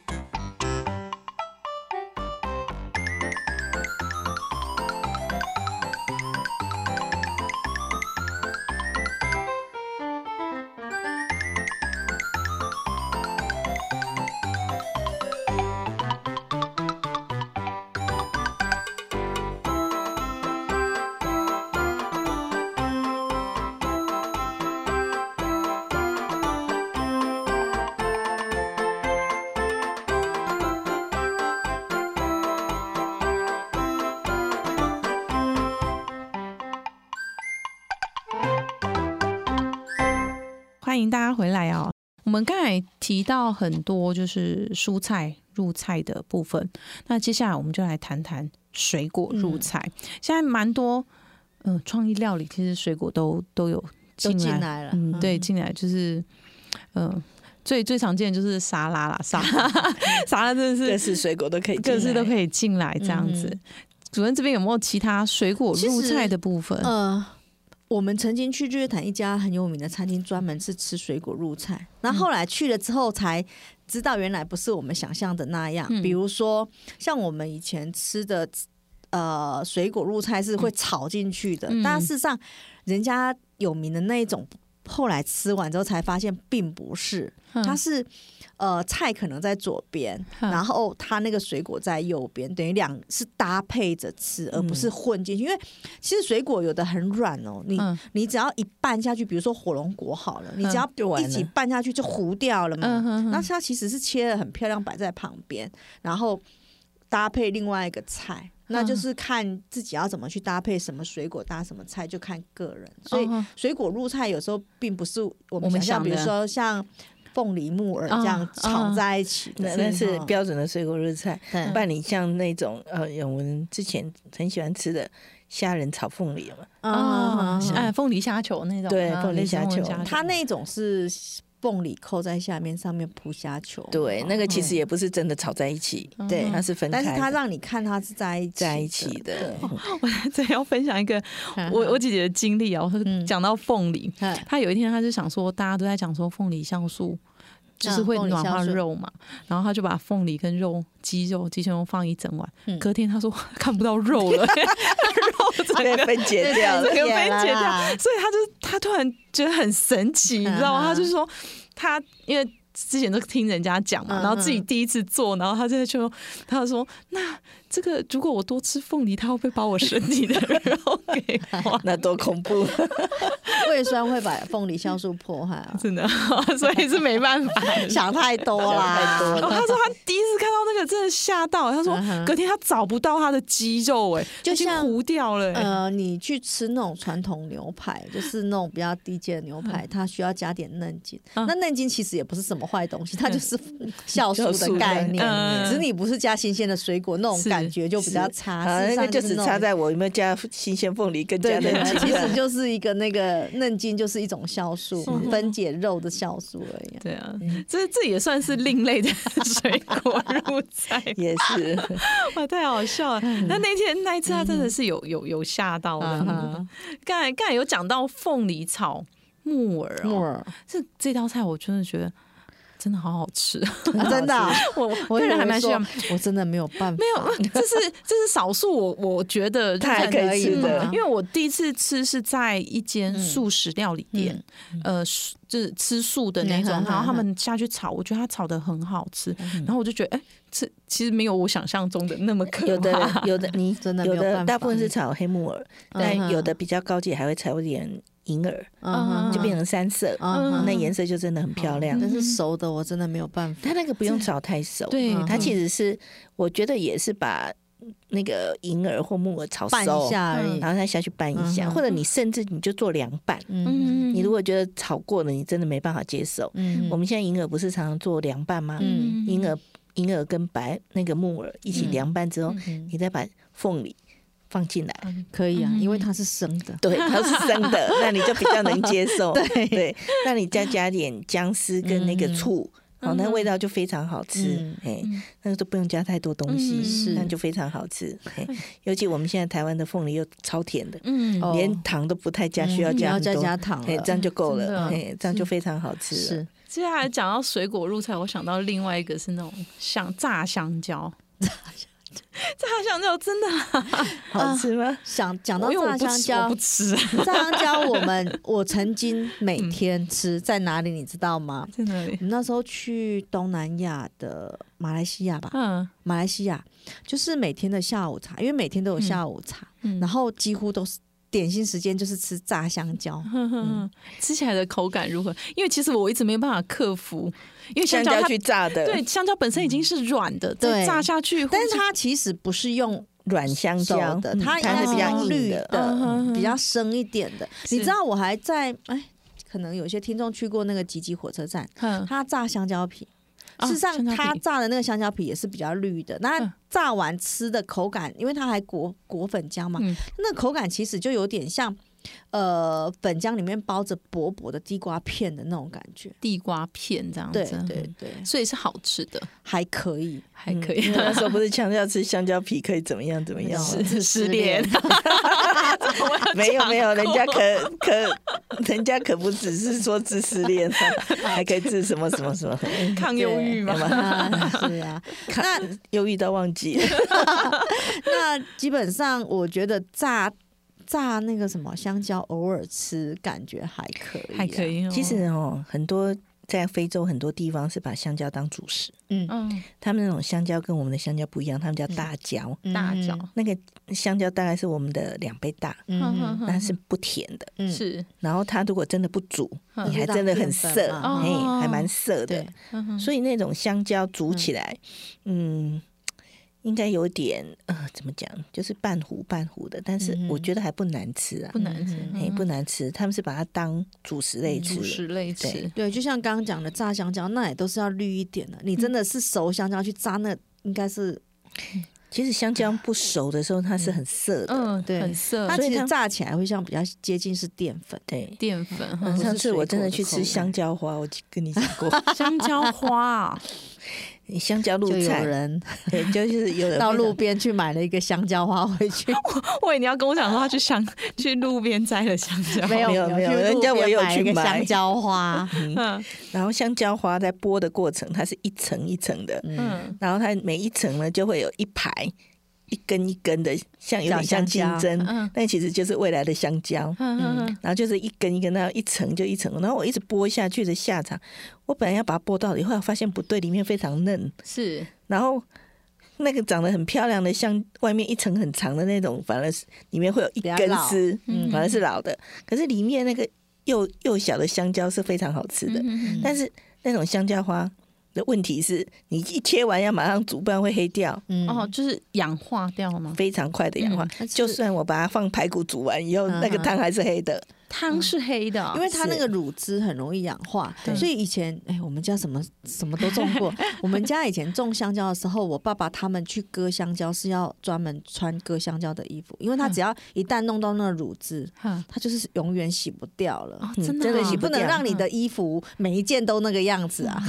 Speaker 2: 欢迎大家回来哦。我们刚才提到很多就是蔬菜入菜的部分，那接下来我们就来谈谈水果入菜。
Speaker 3: 嗯
Speaker 2: 现在蛮多嗯、呃创意料理，其实水果都都有
Speaker 3: 都
Speaker 2: 进
Speaker 3: 进
Speaker 2: 来，
Speaker 3: 来了，
Speaker 2: 嗯，对，进来就是嗯、呃最最常见的就是沙拉啦，沙拉 沙拉真的
Speaker 4: 各
Speaker 2: 是
Speaker 4: 式水果都可以进 来，
Speaker 2: 各式都可以进来这样子。
Speaker 3: 嗯
Speaker 2: 主任这边有没有其他水果
Speaker 3: 其
Speaker 2: 入
Speaker 3: 实
Speaker 2: 菜的部分？
Speaker 3: 呃，我们曾经去日月潭一家很有名的餐厅，专门是吃水果入菜。
Speaker 2: 嗯
Speaker 3: 那后来去了之后才知道，原来不是我们想象的那样。
Speaker 2: 嗯
Speaker 3: 比如说，像我们以前吃的。呃，水果入菜是会炒进去的，
Speaker 2: 嗯
Speaker 3: 但事实上，人家有名的那一种，后来吃完之后才发现并不是，
Speaker 2: 嗯
Speaker 3: 它是呃菜可能在左边，
Speaker 2: 嗯
Speaker 3: 然后它那个水果在右边，等于两是搭配着吃，而不是
Speaker 2: 嗯
Speaker 3: 混进去。因为其实水果有的很软哦，你、
Speaker 2: 嗯
Speaker 3: 你只要一拌下去，比如说火龙果好了，你只
Speaker 4: 就
Speaker 3: 要
Speaker 4: 完
Speaker 3: 一起
Speaker 4: 了
Speaker 3: 拌下去就糊掉了嘛。
Speaker 2: 嗯哼哼
Speaker 3: 那它其实是切的很漂亮，摆在旁边，然后搭配另外一个菜。
Speaker 2: 嗯
Speaker 3: 那就是看自己要怎么去搭配什么水果搭什么菜，就看个人。所以
Speaker 2: 嗯哼
Speaker 3: 水果入菜有时候并不是我
Speaker 2: 我
Speaker 3: 们
Speaker 2: 们
Speaker 3: 想象，
Speaker 2: 想
Speaker 3: 比如
Speaker 2: 的
Speaker 3: 说像凤梨木耳
Speaker 2: 啊
Speaker 3: 这样
Speaker 2: 啊
Speaker 3: 炒在一起的
Speaker 4: 那那是
Speaker 3: 哈
Speaker 4: 标准的水果日菜。
Speaker 3: 对
Speaker 4: 不然你像那种呃，有我们之前很喜欢吃的虾仁炒凤梨嘛，
Speaker 2: 啊
Speaker 3: 啊，，
Speaker 2: 哎，凤梨虾球那种，
Speaker 4: 对
Speaker 2: 嗯
Speaker 4: 凤梨
Speaker 2: 类似
Speaker 4: 虾球
Speaker 3: 它 那种是凤梨扣在下面，上面铺虾球。
Speaker 4: 对，那个其实也不是真的炒在一起，
Speaker 3: 对
Speaker 4: 它是分开
Speaker 3: 嗯但
Speaker 4: 的，
Speaker 3: 是它让你看它是在一起
Speaker 4: 在一起的。
Speaker 2: 这要分享一个 我我姐姐的经历啊，我
Speaker 3: 嗯
Speaker 2: 讲到凤梨，
Speaker 3: 嗯
Speaker 2: 她有一天她就想说，大家都在讲说凤梨酵素。就是会
Speaker 3: 嗯凤梨
Speaker 2: 暖化
Speaker 3: 酵素
Speaker 2: 肉嘛，然后她就把凤梨跟肉、鸡肉、鸡胸肉放一整晚。
Speaker 3: 嗯
Speaker 2: 隔天她说 看不到肉了， 肉整
Speaker 4: 被
Speaker 2: 个
Speaker 4: 分解掉了
Speaker 2: 整，个分解
Speaker 3: 解
Speaker 2: 掉
Speaker 3: 了 啦，
Speaker 2: 所以他就他突然觉得很神奇，你知道吗？
Speaker 3: 嗯嗯
Speaker 2: 他就说他因为。之前都听人家讲嘛，
Speaker 3: 嗯
Speaker 2: 然后自己第一次做，然后他就说，他就说，那这个如果我多吃凤梨，它会不会把我身体的 肉给化？，
Speaker 4: 那多恐怖！
Speaker 3: 啊胃酸会把凤梨酵素破坏 啊
Speaker 2: 真的， 所以是没办 法。
Speaker 3: 想太多啦，
Speaker 4: 想太多
Speaker 2: 然后他说他第一次看到那个，真的吓到。他说
Speaker 3: 嗯哼
Speaker 2: 隔天他找不到他的肌肉、哎，
Speaker 3: 就
Speaker 2: 已经
Speaker 3: 像
Speaker 2: 糊掉了、哎
Speaker 3: 呃，你去吃那种传统牛排，就是那种比较低阶的牛排，它需要加点嫩筋。
Speaker 2: 嗯
Speaker 3: 那嫩筋其实也不是什么坏东西，它
Speaker 2: 嗯
Speaker 3: 就是酵素的概念，
Speaker 2: 嗯
Speaker 3: 只是你不是加新鲜的水果，那种
Speaker 2: 是
Speaker 3: 感觉就比较差。
Speaker 4: 啊，
Speaker 3: 事
Speaker 4: 那
Speaker 3: 实
Speaker 4: 个
Speaker 3: 上
Speaker 4: 就
Speaker 3: 就是
Speaker 4: 只
Speaker 3: 那
Speaker 4: 差
Speaker 3: 种
Speaker 4: 在我有没有加新鲜凤梨，更加
Speaker 3: 对
Speaker 4: 的
Speaker 3: 对对，其
Speaker 4: 其
Speaker 3: 实啊就是一个那个嫩筋，就是一种酵素嘛
Speaker 2: 是，
Speaker 3: 分解肉的酵素而 已。
Speaker 2: 对啊，
Speaker 3: 嗯
Speaker 2: 这这也算是另类的 水果入菜
Speaker 4: 也是
Speaker 2: 哇，太好笑了！那那天那一次，他真的是有有有吓到
Speaker 3: 嗯
Speaker 2: 的。刚才刚才有讲到凤梨炒木耳
Speaker 3: 木
Speaker 2: 哦，
Speaker 3: 耳，
Speaker 2: 这这道菜我真的觉得真的好好吃，
Speaker 3: 啊真的啊，
Speaker 2: 我
Speaker 3: 我
Speaker 2: 个人还蛮喜
Speaker 3: 喜
Speaker 2: 欢。
Speaker 3: 欢
Speaker 2: 没，
Speaker 3: 我真的没有办法，
Speaker 2: 有， 这是这是少数我我觉得
Speaker 4: 它还
Speaker 2: 就是
Speaker 4: 可以吃
Speaker 3: 嗯
Speaker 4: 的
Speaker 2: 因。为我第一次吃是在一间
Speaker 3: 嗯
Speaker 2: 素食料理店，呃，素就是吃素的那
Speaker 3: 嗯
Speaker 2: 种，
Speaker 3: 哼
Speaker 2: 然后他
Speaker 3: 哼
Speaker 2: 们下去炒，我觉得它炒的很好吃，然后我就觉得，哎、这其实没有我想象中的那么可怕。
Speaker 4: 有的人有的你
Speaker 3: 真的没
Speaker 4: 有
Speaker 3: 有办
Speaker 4: 的
Speaker 3: 法
Speaker 4: 大部分是炒黑木耳，但
Speaker 3: 嗯哼
Speaker 4: 有的比较高级还会炒一点银耳，
Speaker 3: 嗯
Speaker 2: 嗯
Speaker 4: 就变成三色，
Speaker 3: 嗯
Speaker 2: 嗯
Speaker 4: 那颜色就真的很漂亮。
Speaker 3: 但是熟的我真的没有办法。
Speaker 4: 它那个不用炒太熟，
Speaker 2: 对
Speaker 3: 嗯
Speaker 4: 它
Speaker 2: 对
Speaker 4: 其实是我觉得也是把那个银耳或木耳炒
Speaker 3: 拌一
Speaker 4: 熟，
Speaker 3: 下而已。嗯
Speaker 4: 然后再下去拌一下，
Speaker 3: 嗯哼
Speaker 4: 或者你甚至你就做凉拌。
Speaker 3: 嗯
Speaker 2: 嗯，
Speaker 4: 你如果觉得炒过了，你真的没办法接受，
Speaker 3: 嗯
Speaker 4: 我们现在银耳不是常常做凉拌吗？
Speaker 3: 嗯
Speaker 4: 银耳银耳跟白那个木耳一起凉拌
Speaker 3: 嗯
Speaker 4: 之后，你再把凤梨放进来。
Speaker 2: 嗯
Speaker 3: 可以啊，因为它是生 的。
Speaker 4: 对，它是生的，那你就比较能接 受。对那你再加点姜丝跟那个醋，好、那味道就非常好吃。
Speaker 3: 嗯
Speaker 4: 哎、那就不用加太多东西，
Speaker 2: 嗯是
Speaker 4: 那就非常好吃。嘿尤其我们现在台湾的凤梨又超甜的，
Speaker 2: 嗯
Speaker 3: 哦
Speaker 4: 连糖都不太加，需要
Speaker 3: 你
Speaker 4: 加
Speaker 3: 要
Speaker 4: 很
Speaker 3: 再
Speaker 4: 多。
Speaker 3: 加糖
Speaker 4: 嘿
Speaker 3: 了，
Speaker 4: 这样就够
Speaker 2: 真的
Speaker 4: 了，嘿，这样就非常好吃了。
Speaker 3: 是
Speaker 2: 接下来讲到水果入菜，我想到另外一个是那种香炸香蕉， 炸香蕉真的啊，
Speaker 4: 好吃吗？
Speaker 3: 想讲到
Speaker 2: 哦因为我
Speaker 3: 炸
Speaker 2: 不
Speaker 3: 香
Speaker 2: 吃，我不，吃，嗯
Speaker 3: 蕉炸香蕉我 们我曾经每天吃，在哪里你知道吗？
Speaker 2: 在哪里
Speaker 3: 我？们那时候去东南亚的马来西亚吧，
Speaker 2: 嗯
Speaker 3: 马来西亚就是每天的下午茶，因为每天都有下午茶，
Speaker 2: 嗯
Speaker 3: 然后几乎都是点心时间就是吃炸香蕉，
Speaker 2: 哼哼
Speaker 4: 嗯
Speaker 2: 哼嗯吃起来的口感如何？因为其实我一直没办法克服，因为香
Speaker 4: 香
Speaker 2: 蕉
Speaker 4: 蕉
Speaker 2: 它
Speaker 4: 去嗯炸的，
Speaker 2: 对，香蕉本身已经是软的，再
Speaker 3: 对
Speaker 2: 炸下去，
Speaker 3: 但是它其实不是用
Speaker 4: 软香
Speaker 3: 手
Speaker 4: 蕉
Speaker 3: 的，
Speaker 4: 嗯
Speaker 3: 它应
Speaker 4: 它
Speaker 3: 该
Speaker 4: 是
Speaker 3: 是
Speaker 4: 比较
Speaker 3: 用
Speaker 4: 硬
Speaker 3: 绿
Speaker 4: 的，
Speaker 2: 嗯哼哼
Speaker 3: 比较深一点的。你
Speaker 2: 是
Speaker 3: 知道我还在哎。可能有些听众去过那个吉吉火车站，
Speaker 2: 哼，
Speaker 3: 它炸香蕉皮。
Speaker 2: 哦
Speaker 3: 事实上
Speaker 2: 嗯香，蕉
Speaker 3: 它
Speaker 2: 皮
Speaker 3: 炸的那个香蕉皮也是比较绿的。
Speaker 2: 嗯
Speaker 3: 那炸完吃的口感，因为它还裹裹粉浆嘛，
Speaker 2: 嗯
Speaker 3: 那口感其实就有点像，呃，粉浆里面包着薄薄的地瓜片的那种感觉。
Speaker 2: 地瓜片这样
Speaker 3: 对
Speaker 2: 子，嗯
Speaker 3: 对对，
Speaker 2: 所以是好吃的，
Speaker 3: 还可以。
Speaker 2: 还可
Speaker 4: 嗯因
Speaker 2: 以
Speaker 4: 为。 那时候不是强调吃香蕉皮可以怎么样怎么样吗？
Speaker 2: 是失恋，
Speaker 4: 没有没有，人家可可，人家可不只是说治失恋啊，还可以治什么什么什么，
Speaker 2: 抗忧郁嘛。
Speaker 3: 啊是 啊，
Speaker 4: 那忧郁到忘记了。
Speaker 3: 那基本上我觉得炸炸那个什么香蕉，偶尔吃感觉还可以，啊
Speaker 2: 还可。以哦，
Speaker 4: 其实哦，很多在非洲很多地方是把香蕉当主食，
Speaker 2: 嗯，
Speaker 4: 他们那种香蕉跟我们的香蕉不一样，他们叫大蕉，
Speaker 3: 嗯
Speaker 2: 大脚，
Speaker 4: 那个香蕉大概是我们的呃两倍大，
Speaker 2: 哼
Speaker 3: 嗯，
Speaker 2: 哼哼
Speaker 4: 但是不甜的。
Speaker 3: 嗯
Speaker 2: 是，
Speaker 4: 然后它如果真的不煮，
Speaker 2: 嗯
Speaker 4: 你还真的很
Speaker 3: 就当
Speaker 4: 涩，
Speaker 3: 淀粉
Speaker 2: 嘛哦
Speaker 4: 哎，还蛮涩的
Speaker 3: 对。
Speaker 2: 嗯哼
Speaker 4: 所以那种香蕉煮起来，嗯。应该有点呃，怎么讲，就是半糊半糊的，但是
Speaker 3: 嗯哼嗯
Speaker 4: 我觉得还不难吃啊
Speaker 2: 不，难吃，嗯
Speaker 4: 哎、不难吃。他们是把它当主食类吃，
Speaker 2: 主食类
Speaker 4: 对
Speaker 2: 吃，
Speaker 3: 对，就像刚刚讲的炸香蕉，那也都是要绿一点的。你真的是熟香蕉去炸那，应该是
Speaker 4: 其实香蕉不熟的时候，它是很涩的，
Speaker 2: 嗯，
Speaker 3: 对
Speaker 2: 很涩
Speaker 3: 呃它，
Speaker 4: 所以
Speaker 3: 其实
Speaker 4: 它
Speaker 3: 炸起来会像比较接近是淀粉。
Speaker 4: 对。
Speaker 2: 淀粉，
Speaker 3: 嗯
Speaker 2: 哼
Speaker 4: 上次我真的
Speaker 3: 不是
Speaker 4: 去
Speaker 3: 水果
Speaker 4: 吃
Speaker 3: 的口感
Speaker 4: 香蕉花，我就跟你讲过，
Speaker 2: 香蕉花 啊，
Speaker 4: 香蕉
Speaker 3: 就
Speaker 4: 露
Speaker 3: 有
Speaker 4: 菜，
Speaker 3: 人
Speaker 4: 对，就是 有人
Speaker 3: 到
Speaker 4: 会拿
Speaker 3: 路边去买了一个香蕉花回 去，
Speaker 2: 喂，你要跟我讲说他去 香去路边摘了香蕉，
Speaker 3: 有
Speaker 4: 没有
Speaker 3: 没
Speaker 4: 没有
Speaker 3: 去
Speaker 4: 人
Speaker 3: 路
Speaker 4: 家我
Speaker 3: 边
Speaker 4: 有
Speaker 3: 买
Speaker 4: 去
Speaker 3: 一个
Speaker 4: 买
Speaker 3: 香蕉花，
Speaker 2: 嗯
Speaker 4: 然后香蕉花在剥的过程，它是一层一层的，
Speaker 2: 嗯，
Speaker 4: 然后它每一层呢就会有一排一根一根的，像有点像金
Speaker 3: 小
Speaker 4: 针
Speaker 2: 嗯，
Speaker 4: 那其实就是未来的香蕉。
Speaker 2: 嗯
Speaker 4: 然后就是一根一根，然后一层就一层，然后我一直剥下去的下场，我本来要把它剥到底，后来发现不对，里面非常嫩，
Speaker 2: 是
Speaker 4: 然后那个长得很漂亮的，像外面一层很长的那种，反而是里面会有一
Speaker 3: 比
Speaker 4: 根
Speaker 3: 较老
Speaker 4: 丝，
Speaker 2: 嗯
Speaker 4: 反而是老的，可是里面那个幼幼小的香蕉是非常好吃的，
Speaker 2: 嗯
Speaker 4: 但是那种香蕉花的问题是你一切完要马上煮，不然会黑掉，
Speaker 3: 嗯
Speaker 2: 哦，就是氧化掉吗？
Speaker 4: 非常快的氧化。
Speaker 3: 它是
Speaker 4: 就算我把它放排骨煮完以后，
Speaker 3: 嗯
Speaker 4: 那个汤还是黑的。
Speaker 2: 汤是黑的啊，
Speaker 3: 因为它那
Speaker 4: 是
Speaker 3: 个乳汁很容易氧化
Speaker 2: 对，
Speaker 3: 所以以前哎，我们家什么什么都种 过。我们家以前种香蕉的时候，我爸爸他们去割香蕉是要专门穿割香蕉的衣服，因为他
Speaker 2: 嗯
Speaker 3: 只要一旦弄到那个乳汁，
Speaker 2: 哈
Speaker 3: 它就是永远洗不掉了。
Speaker 2: 哦，
Speaker 4: 嗯
Speaker 2: 真
Speaker 4: 真
Speaker 2: 的
Speaker 4: 的
Speaker 2: 啊
Speaker 4: 洗
Speaker 3: 你不嗯能
Speaker 4: 掉
Speaker 3: 让你的衣服每一件都那个样子啊！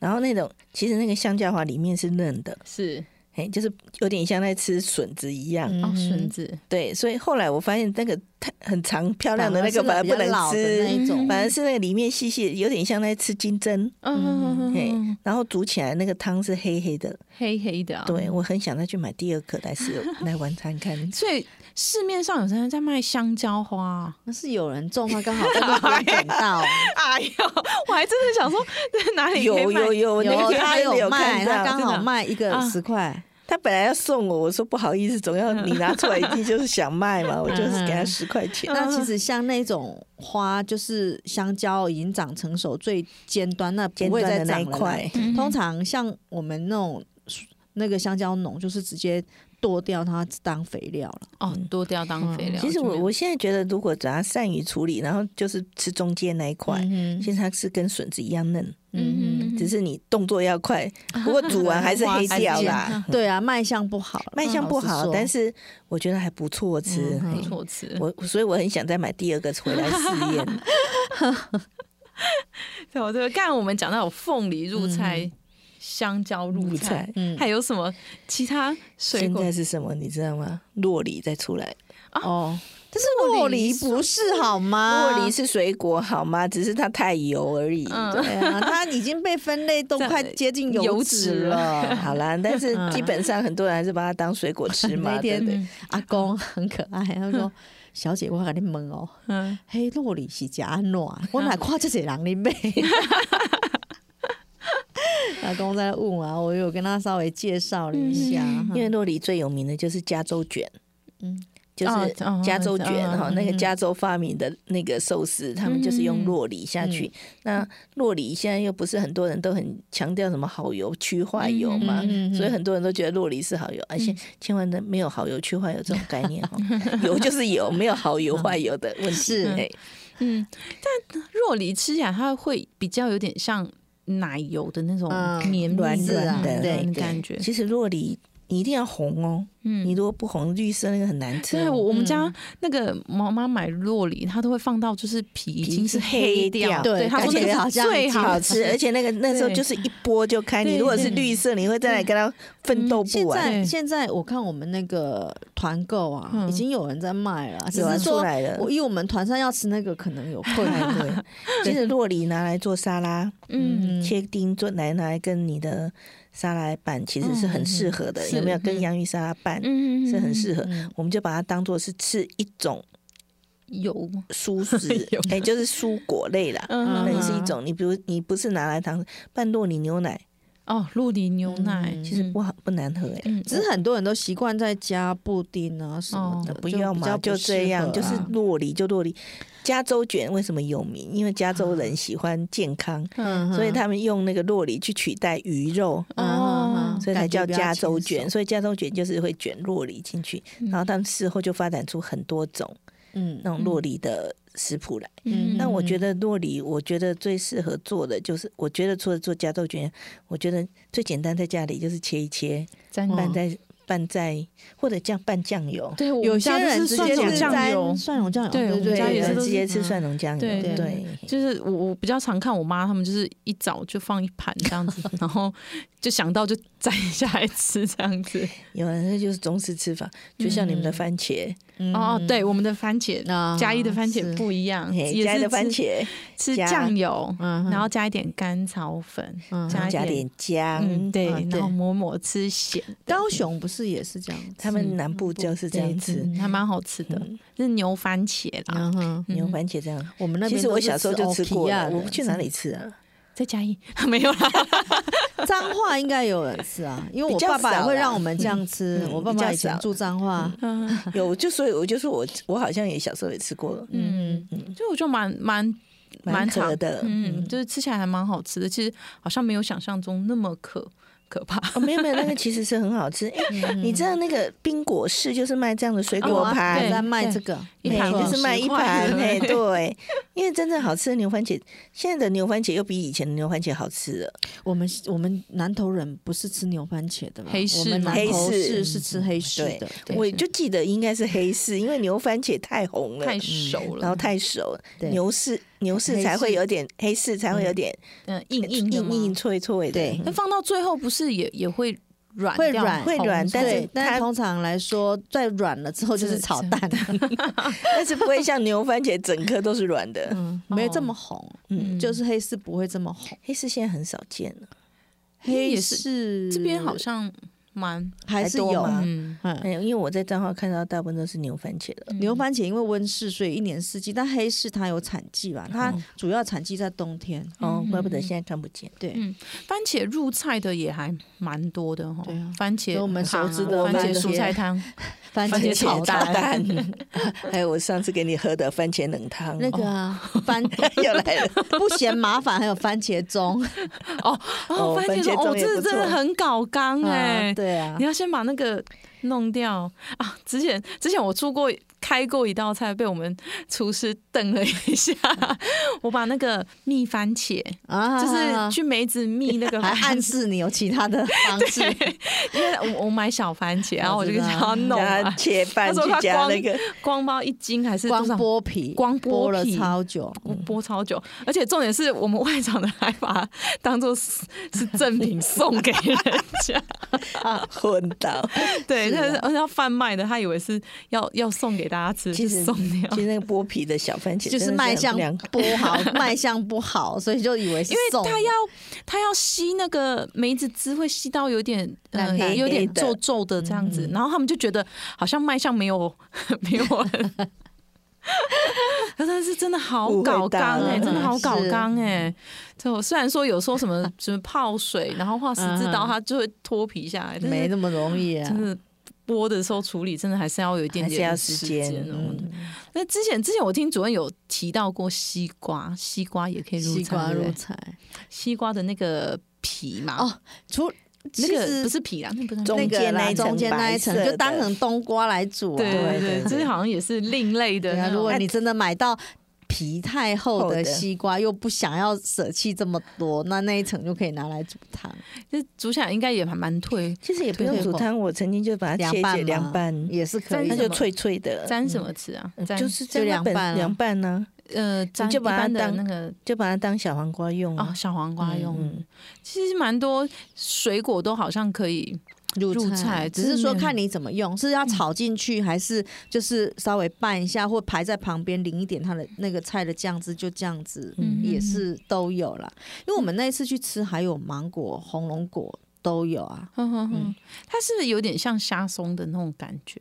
Speaker 4: 然后那种其实那个香蕉花里面是嫩的，
Speaker 2: 是
Speaker 4: 嘿，就是有点像在吃笋子一样。
Speaker 2: 哦，
Speaker 3: 嗯
Speaker 2: 笋子
Speaker 4: 对，所以后来我发现那个太很长漂亮的那个
Speaker 3: 反而是那个
Speaker 4: 反而不
Speaker 3: 比较
Speaker 4: 能
Speaker 3: 老的那
Speaker 4: 吃，
Speaker 3: 一种
Speaker 2: 嗯，
Speaker 4: 反而是那个里面细细的，有点像在吃金针。
Speaker 2: 嗯，
Speaker 4: 嘿
Speaker 2: 嗯，
Speaker 4: 然后煮起来那个汤是黑黑的，
Speaker 2: 黑黑的啊。
Speaker 4: 对我很想再去买第二颗来试来玩看 看。
Speaker 2: 所以市面上有人在卖香蕉花啊，
Speaker 3: 那是有人种，他刚好在 路边捡到，
Speaker 2: 哎呦，我还真的想说在哪里可以
Speaker 4: 有
Speaker 2: 买
Speaker 4: 有有，我那
Speaker 3: 有
Speaker 4: 天
Speaker 3: 他
Speaker 4: 真的
Speaker 3: 有卖，
Speaker 4: 看
Speaker 3: 他
Speaker 4: 到，
Speaker 3: 刚
Speaker 2: 真
Speaker 3: 好
Speaker 2: 的
Speaker 3: 卖一个
Speaker 2: 啊
Speaker 3: 十块，
Speaker 4: 他本来要送我，我说不好意思，总要你拿出来，一定就是想卖嘛，我就是给他十块钱。
Speaker 3: 那其实像那种花，就是香蕉已经长成熟最尖端，那不
Speaker 4: 尖
Speaker 3: 会
Speaker 4: 端
Speaker 3: 再
Speaker 4: 的那
Speaker 3: 长
Speaker 4: 一
Speaker 3: 了啦。
Speaker 4: 块，
Speaker 2: 嗯
Speaker 3: 通常像我们那种那个香蕉农，就是直接剁掉它当肥料了。
Speaker 2: 哦，多掉当肥料。嗯
Speaker 4: 嗯其实
Speaker 2: 就没
Speaker 4: 我
Speaker 2: 有
Speaker 4: 我现在觉得，如果只要善于处理，然后就是吃中间那一块，
Speaker 3: 嗯
Speaker 4: 其实它是跟笋子一样嫩，
Speaker 2: 嗯嗯
Speaker 4: 只是你动作要 快。不过煮完还是黑掉
Speaker 3: 还
Speaker 4: 啦，
Speaker 3: 对啊，卖相不好了，
Speaker 4: 嗯卖相不
Speaker 3: 老实
Speaker 4: 好，
Speaker 3: 说
Speaker 4: 但是我觉得还不错吃。
Speaker 3: 嗯
Speaker 2: 不
Speaker 4: 嘿
Speaker 2: 错吃。
Speaker 4: 我所以我很想再买第二个回来 试验。
Speaker 2: 对，我对，刚才我们讲到有凤梨入菜、香蕉入
Speaker 4: 入
Speaker 2: 菜
Speaker 4: 嗯菜，
Speaker 3: 嗯
Speaker 2: 还有什么其他水
Speaker 4: 现
Speaker 2: 果
Speaker 4: 在是什么你知道吗？洛梨再出来，
Speaker 3: 哦，但是洛梨不是好吗？
Speaker 4: 洛梨是水果好吗？只是它太油而已。
Speaker 2: 嗯
Speaker 3: 对啊，它已经被分类都快接近
Speaker 2: 油脂啊
Speaker 3: 脂 了。
Speaker 4: 啊好啦，但是
Speaker 3: 嗯
Speaker 4: 基本上很多人还是把它当水果吃嘛，
Speaker 3: 那
Speaker 4: 对
Speaker 3: 天
Speaker 4: 不对？
Speaker 3: 阿公很可爱，他
Speaker 4: 嗯
Speaker 3: 说：“小姐，我跟你问哦，
Speaker 2: 嗯，
Speaker 3: 嘿，洛里是食安怎？我
Speaker 4: 嗯
Speaker 3: 哪看这些人咧买？” 阿公在问啊，我有跟他稍微介绍了一下，
Speaker 4: 嗯因为洛梨最有名的就是加州卷，
Speaker 3: 嗯
Speaker 4: 嗯，就是
Speaker 2: 哦哦
Speaker 4: 加州卷
Speaker 2: 哦
Speaker 4: 哈，那个加州发明的那个寿司，他们就是用洛梨下
Speaker 3: 嗯
Speaker 4: 去。那洛梨现在又不是很多人都很强调什么好油去化油嘛
Speaker 3: 嗯嗯嗯嗯，
Speaker 4: 所以很多人都觉得洛梨是好油，而且千万的 没
Speaker 3: 嗯
Speaker 4: 有好油去化油这种概念哈，油就是油，没有好油化油的问题。
Speaker 3: 是
Speaker 4: 哎
Speaker 2: 嗯，但若梨吃起来它会比较有点像奶油的那种
Speaker 3: 嗯
Speaker 2: 绵密
Speaker 4: 软
Speaker 3: 是啊
Speaker 4: 软的，
Speaker 3: 对
Speaker 2: 的感觉。
Speaker 4: 其实洛梨你一定要红哦，
Speaker 2: 嗯
Speaker 4: 你如果不红，绿色那个很难吃
Speaker 3: 啊
Speaker 2: 对，我
Speaker 4: 哦。
Speaker 2: 我们家那个妈妈买洛梨，她都会放到就是皮已经是黑掉，
Speaker 4: 对
Speaker 2: 对，她
Speaker 3: 感
Speaker 2: 说
Speaker 3: 觉
Speaker 2: 那
Speaker 3: 好
Speaker 2: 个是
Speaker 3: 像
Speaker 2: 最
Speaker 4: 好
Speaker 2: 好
Speaker 4: 吃，而且那个那时候
Speaker 2: 对
Speaker 4: 就是一波就开。你
Speaker 2: 对嗯
Speaker 4: 如果是绿色，你会在
Speaker 3: 嗯
Speaker 4: 那里跟它奋斗不
Speaker 3: 现
Speaker 4: 完。
Speaker 3: 在
Speaker 2: 对
Speaker 3: 现在我看我们那个团购啊，
Speaker 2: 嗯
Speaker 3: 已经有人在卖了，只
Speaker 4: 有
Speaker 3: 是
Speaker 4: 人出
Speaker 3: 说
Speaker 4: 来了嗯
Speaker 3: 我以我们团上要吃那个可能有困
Speaker 4: 对
Speaker 3: 难。
Speaker 4: 对， 其实洛梨拿来做沙拉，
Speaker 2: 嗯，
Speaker 4: 切丁做来拿来跟你的沙拉拌，其实是很适合的。
Speaker 2: 是
Speaker 4: 有没有跟
Speaker 2: 嗯
Speaker 4: 洋芋沙拉拌
Speaker 2: 嗯
Speaker 4: 是很适合？
Speaker 3: 嗯
Speaker 4: 我们就把它当做是吃一种
Speaker 2: 油，
Speaker 4: 蔬食
Speaker 2: 有，
Speaker 4: 哎，就是蔬果类啦。
Speaker 2: 嗯
Speaker 4: 那也是一种，你比如你不是拿来当拌洛梨牛奶，
Speaker 2: 哦，洛梨牛奶
Speaker 3: 嗯
Speaker 4: 其实不好不难喝哎、
Speaker 2: 嗯
Speaker 3: 只是很多人都习惯在加布丁啊什么的，
Speaker 4: 哦不要嘛，
Speaker 3: 就
Speaker 4: 就
Speaker 3: 比较不适合啊
Speaker 4: 这样，就是洛梨就洛梨。加州卷为什么有名？因为加州人喜欢健康，
Speaker 3: 嗯
Speaker 4: 所以他们用那个洛梨去取代鱼肉，
Speaker 2: 哦
Speaker 3: 嗯
Speaker 4: 所以才叫
Speaker 3: 感觉比较
Speaker 4: 加州
Speaker 3: 轻
Speaker 4: 卷。
Speaker 3: 松
Speaker 4: 所以加州卷就是会卷洛梨进去，然后他们事后就发展出很多种
Speaker 3: 嗯
Speaker 4: 那种洛梨的食谱来。
Speaker 2: 嗯，
Speaker 4: 那我觉得洛梨，我觉得最适合做的就是，我觉得除了做加州卷，我觉得最简单在家里就是切一切，
Speaker 2: 沾
Speaker 4: 拌
Speaker 3: 嗯
Speaker 4: 在拌在或者酱拌酱油，
Speaker 2: 对，我们
Speaker 3: 有些
Speaker 2: 家
Speaker 3: 人
Speaker 2: 就是
Speaker 3: 直
Speaker 2: 蒜
Speaker 3: 接
Speaker 2: 蓉
Speaker 3: 是
Speaker 2: 酱
Speaker 3: 沾
Speaker 2: 油，
Speaker 3: 蒜蓉酱油，
Speaker 2: 对
Speaker 3: 对
Speaker 2: 我们家
Speaker 3: 对，
Speaker 2: 也是
Speaker 4: 对
Speaker 2: 都
Speaker 4: 直接吃蒜
Speaker 3: 蓉。
Speaker 4: 蓉酱油，
Speaker 2: 对
Speaker 3: 对
Speaker 4: 对
Speaker 2: 就是我我比较常看我妈他们就是一早就放一盘这样子，然后就想到就摘下来吃这样子。
Speaker 4: 有人那就是中式吃法，就像你们的番茄，
Speaker 2: 哦，对，我们的番茄，
Speaker 3: 嗯啊
Speaker 2: 嘉义的番茄不一样，
Speaker 4: 嘿
Speaker 2: 也
Speaker 4: 加
Speaker 2: 是
Speaker 4: 的番
Speaker 2: 吃
Speaker 4: 茄，
Speaker 2: 吃
Speaker 4: 加
Speaker 2: 酱油，
Speaker 3: 嗯哼
Speaker 2: 然后加一点甘草粉，
Speaker 3: 嗯
Speaker 2: 加一
Speaker 4: 加点
Speaker 2: 嗯
Speaker 4: 姜，
Speaker 2: 对
Speaker 3: 啊，
Speaker 2: 然
Speaker 3: 对
Speaker 2: 后抹抹吃咸，
Speaker 3: 高雄不是也是这样？
Speaker 4: 他们南部就是这样
Speaker 2: 对
Speaker 4: 吃，
Speaker 2: 嗯还蛮好吃的，是牛番茄啦，
Speaker 3: 嗯哼，
Speaker 4: 牛番茄这样。
Speaker 3: 我们那
Speaker 4: 其
Speaker 3: 边
Speaker 4: 实我小时候就吃过了，
Speaker 3: 呀。
Speaker 4: 我 去哪里吃啊？
Speaker 2: 在嘉义 没有啦，
Speaker 3: 彰化应该有人吃啊，因为我
Speaker 4: 比较
Speaker 3: 爸爸也
Speaker 4: 少
Speaker 3: 会
Speaker 4: 啦
Speaker 3: 让我们这样吃。
Speaker 4: 嗯
Speaker 3: 我爸
Speaker 4: 比较
Speaker 3: 爸以前
Speaker 4: 少
Speaker 3: 住彰化，
Speaker 4: 有，就所以我就说我我好像也小时候也吃过了，
Speaker 2: 嗯，就我就蛮蛮
Speaker 4: 蛮
Speaker 2: 常
Speaker 4: 合的。
Speaker 2: 嗯，就是吃起来还蛮好吃的，其实好像没有想象中那么可可怕。
Speaker 4: 哦，没有没有，那个其实是很好吃。哎、你知道那个冰果室就是卖这样的水
Speaker 2: 哦
Speaker 4: 果
Speaker 2: 啊
Speaker 4: 盘，
Speaker 2: 对
Speaker 3: 在卖这个，
Speaker 2: 一
Speaker 4: 嘿
Speaker 2: 盘
Speaker 3: 没错
Speaker 4: 就是卖一
Speaker 2: 10块
Speaker 4: 盘，
Speaker 2: 对不
Speaker 4: 嘿，
Speaker 2: 对
Speaker 4: 对，因为真正好吃的牛番茄，现在的牛番茄又比以前的牛番茄好吃了。
Speaker 3: 我们我们南投人不是吃牛番茄的吧，
Speaker 2: 黑市
Speaker 3: 我们
Speaker 2: 吗嗯
Speaker 3: 南投
Speaker 4: 黑市
Speaker 3: 市是吃黑市的，对
Speaker 4: 我就记得应该是黑市，因为牛番茄太红了，
Speaker 2: 太熟了，
Speaker 4: 然后太熟了，
Speaker 3: 对
Speaker 4: 牛市牛市
Speaker 3: 黑
Speaker 4: 才会
Speaker 3: 市
Speaker 4: 有点黑市才会有点
Speaker 2: 嗯硬硬
Speaker 4: 硬
Speaker 2: 的嘛
Speaker 4: 硬，脆脆的，
Speaker 3: 对
Speaker 2: 那放到最后不是也也会软
Speaker 3: 会
Speaker 2: 掉
Speaker 3: 软
Speaker 2: 吗
Speaker 4: 会软
Speaker 2: 红
Speaker 4: 但是
Speaker 3: 对，但
Speaker 4: 它
Speaker 3: 是通常来说，在软了之后就是
Speaker 2: 是
Speaker 3: 炒
Speaker 2: 是
Speaker 3: 蛋，
Speaker 4: 但是不会像牛番茄整颗都是软的。
Speaker 3: 嗯，
Speaker 2: 哦
Speaker 3: 没这么红，
Speaker 4: 嗯
Speaker 3: 就是黑市不会这么红。
Speaker 4: 黑市现在很少见了，
Speaker 2: 黑
Speaker 3: 黑
Speaker 2: 也是
Speaker 3: 市
Speaker 2: 这边好像蛮
Speaker 3: 还是
Speaker 4: 还多
Speaker 3: 有，
Speaker 4: 吗
Speaker 2: 嗯
Speaker 3: 嗯，
Speaker 4: 哎，因为我在账号看到大部分都是牛番茄了。
Speaker 3: 牛番茄因为温室，所以一年四季。但黑市它有产季
Speaker 2: 哦
Speaker 3: 吧，它主要产季在冬天。嗯
Speaker 4: 哦，怪不得现在看不见。
Speaker 3: 对，
Speaker 2: 番茄入菜的也还蛮多的哈，
Speaker 3: 对啊
Speaker 2: 番茄
Speaker 3: 有我们
Speaker 2: 汤啊
Speaker 3: 熟知的
Speaker 2: 番
Speaker 3: 番
Speaker 2: 茄
Speaker 3: 茄
Speaker 2: 蔬菜汤，
Speaker 3: 番
Speaker 2: 番茄炒蛋
Speaker 4: 蛋， 还有我上次给你喝的番茄冷汤，哦
Speaker 3: 那个啊，
Speaker 2: 哦
Speaker 3: 番
Speaker 4: 又来了。
Speaker 3: 不嫌麻烦，还有番茄盅。
Speaker 2: 哦，
Speaker 4: 哦
Speaker 2: 番
Speaker 4: 番
Speaker 2: 茄
Speaker 4: 茄
Speaker 2: 哦，
Speaker 4: 粥也
Speaker 2: 这
Speaker 4: 不
Speaker 2: 真的
Speaker 4: 错
Speaker 2: 很搞纲哎、
Speaker 3: 啊对啊
Speaker 2: 你，要先把那个弄掉啊！之前之前我做过开过一道菜，被我们厨师瞪了一下。我把那个蜜番茄，
Speaker 3: 啊，
Speaker 4: 嗯
Speaker 2: 就是去梅子蜜那个
Speaker 3: 还
Speaker 2: 番
Speaker 3: 暗
Speaker 2: 茄，
Speaker 3: 示你有其他的方式。
Speaker 2: 因为我我买小番茄，然后我就
Speaker 3: 知
Speaker 2: 跟
Speaker 3: 道
Speaker 2: 他弄
Speaker 4: 加
Speaker 2: 啊，
Speaker 4: 切
Speaker 2: 他
Speaker 4: 饭去
Speaker 2: 说他
Speaker 4: 加
Speaker 2: 光
Speaker 4: 那个，
Speaker 2: 光包一斤还是
Speaker 3: 光
Speaker 2: 多少
Speaker 3: 剥皮，嗯
Speaker 2: 光剥
Speaker 3: 剥了
Speaker 2: 皮
Speaker 3: 超久，
Speaker 2: 我播超久，而且重点是我们外场的还把它当做是是赠 品送给人家，
Speaker 4: 啊混到。
Speaker 2: 对，
Speaker 4: 啊
Speaker 2: 但是而且要贩卖的，他以为是要要送给大家吃，
Speaker 4: 其
Speaker 2: 就
Speaker 4: 实
Speaker 2: 送掉
Speaker 4: 其。实那个剥皮的小番茄
Speaker 3: 就是卖相
Speaker 4: 两个，
Speaker 3: 不 好，卖相不好，所以就以为是
Speaker 2: 因为
Speaker 3: 送
Speaker 2: 他要他要吸那个梅子汁，会吸到有点
Speaker 4: 蓝
Speaker 2: 呃
Speaker 4: 黑黑
Speaker 2: 有点
Speaker 4: 的嗯
Speaker 2: 皱皱的这样子，然后他们就觉得好像卖相没有 没有很，但是真的好
Speaker 4: 误会
Speaker 2: 搞
Speaker 4: 大
Speaker 2: 纲
Speaker 4: 了
Speaker 2: 哎、真的好
Speaker 3: 嗯
Speaker 2: 搞
Speaker 3: 是
Speaker 2: 纲哎、就虽然说有说什么什么泡水，然后画十字刀，
Speaker 3: 嗯
Speaker 2: 它就会脱皮下来，但
Speaker 3: 没
Speaker 2: 是
Speaker 3: 那么容易啊
Speaker 2: 真。的剥的时候处理真的还是要有一点
Speaker 4: 还是
Speaker 2: 点
Speaker 4: 要
Speaker 2: 时
Speaker 4: 时间
Speaker 2: 哦。
Speaker 4: 嗯
Speaker 2: 那之前之前我听主任有提到过西瓜，西瓜也可以入
Speaker 3: 西
Speaker 2: 菜
Speaker 3: 瓜
Speaker 2: 对不对
Speaker 3: 入菜
Speaker 2: 西瓜的那个皮嘛，
Speaker 3: 哦，除
Speaker 2: 那
Speaker 3: 其
Speaker 2: 个不
Speaker 3: 实
Speaker 2: 是皮啦，那不是
Speaker 4: 中
Speaker 3: 那个
Speaker 4: 间那
Speaker 3: 啦
Speaker 4: 一层
Speaker 3: 中间那一层
Speaker 4: 白色的
Speaker 3: 就当成冬瓜来煮啊。
Speaker 2: 对对
Speaker 4: 对
Speaker 2: 对，
Speaker 4: 对
Speaker 2: 就是好像也是另类的
Speaker 3: 对
Speaker 2: 那
Speaker 3: 啊，
Speaker 2: 种。哎
Speaker 3: 如果你真的买到。皮太厚的西瓜，又不想要舍弃这么多，那那一层就可以拿来煮汤。
Speaker 2: 就煮起来应该也还蛮脆，
Speaker 4: 其实也不用煮汤，我曾经就把它切一切
Speaker 3: 凉
Speaker 4: 凉
Speaker 3: 拌
Speaker 4: 拌，
Speaker 3: 也是可以
Speaker 4: 它
Speaker 2: 那
Speaker 3: 的。
Speaker 4: 就脆脆的，
Speaker 2: 沾什么吃啊？
Speaker 4: 呃嗯
Speaker 2: 沾
Speaker 4: 就是
Speaker 3: 就
Speaker 4: 这样
Speaker 3: 凉拌啊
Speaker 4: 拌凉拌呢，
Speaker 2: 呃，沾
Speaker 4: 就
Speaker 2: 一
Speaker 4: 把它
Speaker 2: 般的
Speaker 4: 当
Speaker 2: 那个
Speaker 4: 就把它当小黄瓜用啊
Speaker 2: 哦，小黄瓜用。
Speaker 4: 嗯嗯
Speaker 2: 其实蛮多水果都好像可以
Speaker 3: 入
Speaker 2: 入
Speaker 3: 菜，
Speaker 2: 菜
Speaker 3: 只是说
Speaker 2: 嗯
Speaker 3: 看你怎么用，是要炒进去，还是就是稍微拌一下，或排在旁边淋一点它的那个菜的酱汁，就这样子，
Speaker 2: 嗯
Speaker 3: 也是都有啦。因为我们那一次去吃，还有芒果、红龙果都有啊。
Speaker 2: 哼哼哼，它是不是有点像虾松的那种感觉？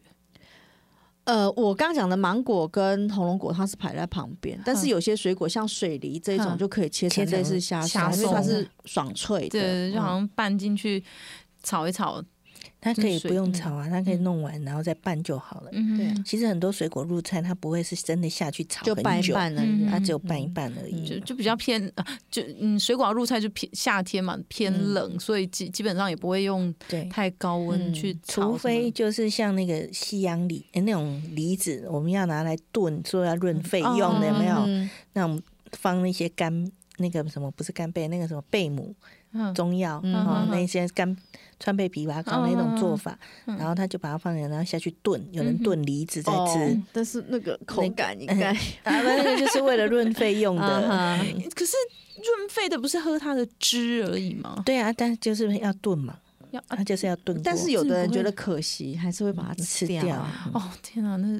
Speaker 3: 呃，我刚讲的芒果跟红龙果，它是排在旁边，但是
Speaker 2: 嗯
Speaker 3: 有些水果像水梨这种，
Speaker 2: 嗯
Speaker 3: 就可以切成
Speaker 4: 切成
Speaker 3: 类似虾
Speaker 2: 虾
Speaker 3: 松，因为它
Speaker 2: 松
Speaker 3: 是爽脆的，嗯
Speaker 2: 对，就好像拌进去炒一炒，
Speaker 4: 它可以不用
Speaker 2: 嗯
Speaker 4: 炒啊，它可以弄完然后再拌就好了。
Speaker 2: 嗯，
Speaker 3: 对啊
Speaker 4: 其实很多水果入菜，它不会是真的下去炒
Speaker 3: 就拌
Speaker 4: 很
Speaker 3: 一
Speaker 4: 久，
Speaker 3: 拌而已
Speaker 2: 嗯
Speaker 3: 啊。
Speaker 4: 它只有拌一拌而
Speaker 2: 就
Speaker 4: 已。
Speaker 2: 就比较偏，啊就嗯，水果入菜就偏夏天嘛，偏冷，所以基基本上也不会用
Speaker 4: 对，
Speaker 2: 太高温去炒什么的，
Speaker 4: 除非就是像那个西洋梨、诶那种梨子，我们要拿来炖，说要润肺
Speaker 2: 哦
Speaker 4: 用的，有没有？
Speaker 3: 嗯
Speaker 4: 那我们放那些干那个什么，不是干贝，那个什么贝母
Speaker 2: 嗯
Speaker 4: 中药
Speaker 3: 嗯
Speaker 4: 哦
Speaker 2: 嗯，
Speaker 4: 那些干川贝枇杷膏
Speaker 2: 嗯
Speaker 4: 那种做
Speaker 2: 嗯
Speaker 4: 法，
Speaker 2: 嗯
Speaker 4: 然后他就把它放进来，然后下去炖，有人
Speaker 2: 嗯哼
Speaker 4: 炖梨子在吃
Speaker 3: 哦，，但是那个口
Speaker 4: 那个
Speaker 3: 感应该
Speaker 4: 啊，那个就是为了润肺 用
Speaker 1: 嗯
Speaker 3: 啊
Speaker 4: 的。
Speaker 3: 哈
Speaker 2: 可是润肺的不是喝它的汁而已吗？
Speaker 4: 对啊，但就是要炖嘛，
Speaker 2: 要啊
Speaker 4: 它就是要炖过，
Speaker 3: 但是有
Speaker 2: 自己
Speaker 3: 的
Speaker 2: 不
Speaker 3: 人
Speaker 2: 会
Speaker 3: 觉得可惜，还是会把它
Speaker 4: 吃
Speaker 3: 掉
Speaker 4: 掉
Speaker 3: 啊。
Speaker 4: 嗯
Speaker 2: 哦天啊，那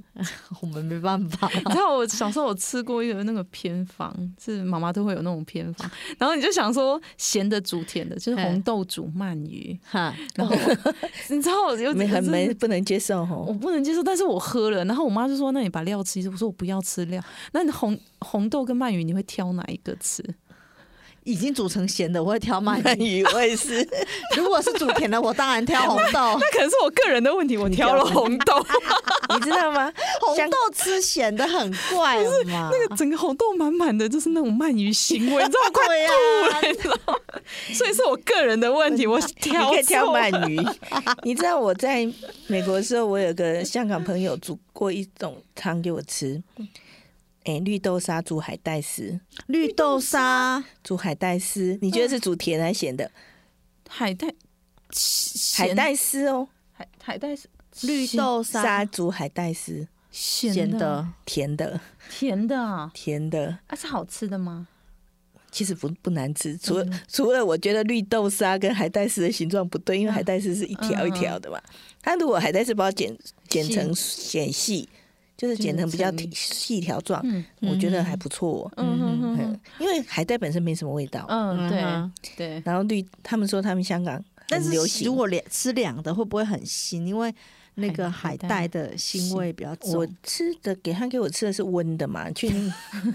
Speaker 3: 我们没办法，
Speaker 2: 你知道我小时候我吃过一个那个偏方，是妈妈都会有那种偏 方，然后你就想说咸的煮甜的，就是红豆煮鳗 鱼，
Speaker 3: 哈，
Speaker 2: 然后我哦你知道我有
Speaker 4: 没很没
Speaker 2: 我真的
Speaker 4: 不能接受
Speaker 2: 我
Speaker 4: 吼。
Speaker 2: 不能接受，但是我喝了，然后我妈就说：“那你把料吃一吃。”我说：“我不要吃料。”那你红红豆跟鳗鱼，你会挑哪一个吃？
Speaker 3: 已经煮成咸的，我会挑鳗鱼。
Speaker 4: 鱼我也是，
Speaker 3: 如果是煮甜的，我当然挑红豆。
Speaker 2: 那可能是我个人的问题，我挑了红豆，
Speaker 4: 你知道吗？
Speaker 3: 红
Speaker 4: 香
Speaker 3: 豆吃咸的很怪嘛，
Speaker 2: 整个红豆满满的就是那种鳗鱼腥味，你知道我快
Speaker 3: 对呀、
Speaker 2: 吐了，你知道吗？ 所以是我个人的问题，我挑
Speaker 4: 你可以挑
Speaker 2: 错了
Speaker 4: 鳗鱼。 你知道我在美国的时候，我有个香港朋友煮过一种汤给我吃，哎、绿豆沙煮海带丝，
Speaker 3: 绿豆沙嗯
Speaker 4: 煮海带丝，你觉得是煮甜还是咸的？
Speaker 2: 海带，
Speaker 4: 海
Speaker 2: 咸
Speaker 4: 带丝哦，
Speaker 2: 海海带是
Speaker 3: 绿
Speaker 2: 咸
Speaker 3: 豆
Speaker 4: 沙
Speaker 3: 沙
Speaker 4: 煮海带丝，
Speaker 2: 咸
Speaker 3: 咸
Speaker 2: 的
Speaker 3: 的，
Speaker 4: 甜的，
Speaker 2: 甜的啊，
Speaker 4: 甜的。
Speaker 2: 啊是好吃的吗？
Speaker 4: 其实不不难
Speaker 3: 嗯
Speaker 4: 吃，除了、除了我觉得绿豆沙跟海带丝的形状不对，
Speaker 3: 嗯
Speaker 4: 因为海带丝是一条一条的嘛。它如果海带丝把它剪剪成剪细，就是剪成比较
Speaker 2: 就是成
Speaker 4: 细条状，
Speaker 2: 嗯
Speaker 4: 我觉得还不错。
Speaker 2: 嗯哼哼
Speaker 4: 嗯
Speaker 2: 哼，
Speaker 4: 因为海带本身没什么味道，
Speaker 2: 嗯
Speaker 3: 嗯
Speaker 2: 对对，
Speaker 4: 然后绿他们说他们香港
Speaker 3: 但
Speaker 4: 很流
Speaker 3: 是
Speaker 4: 行
Speaker 3: 如。果凉吃凉的会不会很腥？因为那个
Speaker 2: 海
Speaker 3: 海
Speaker 2: 带
Speaker 3: 带的腥味比较
Speaker 4: 我
Speaker 3: 重，
Speaker 4: 吃的给他给我吃的是温的嘛，去，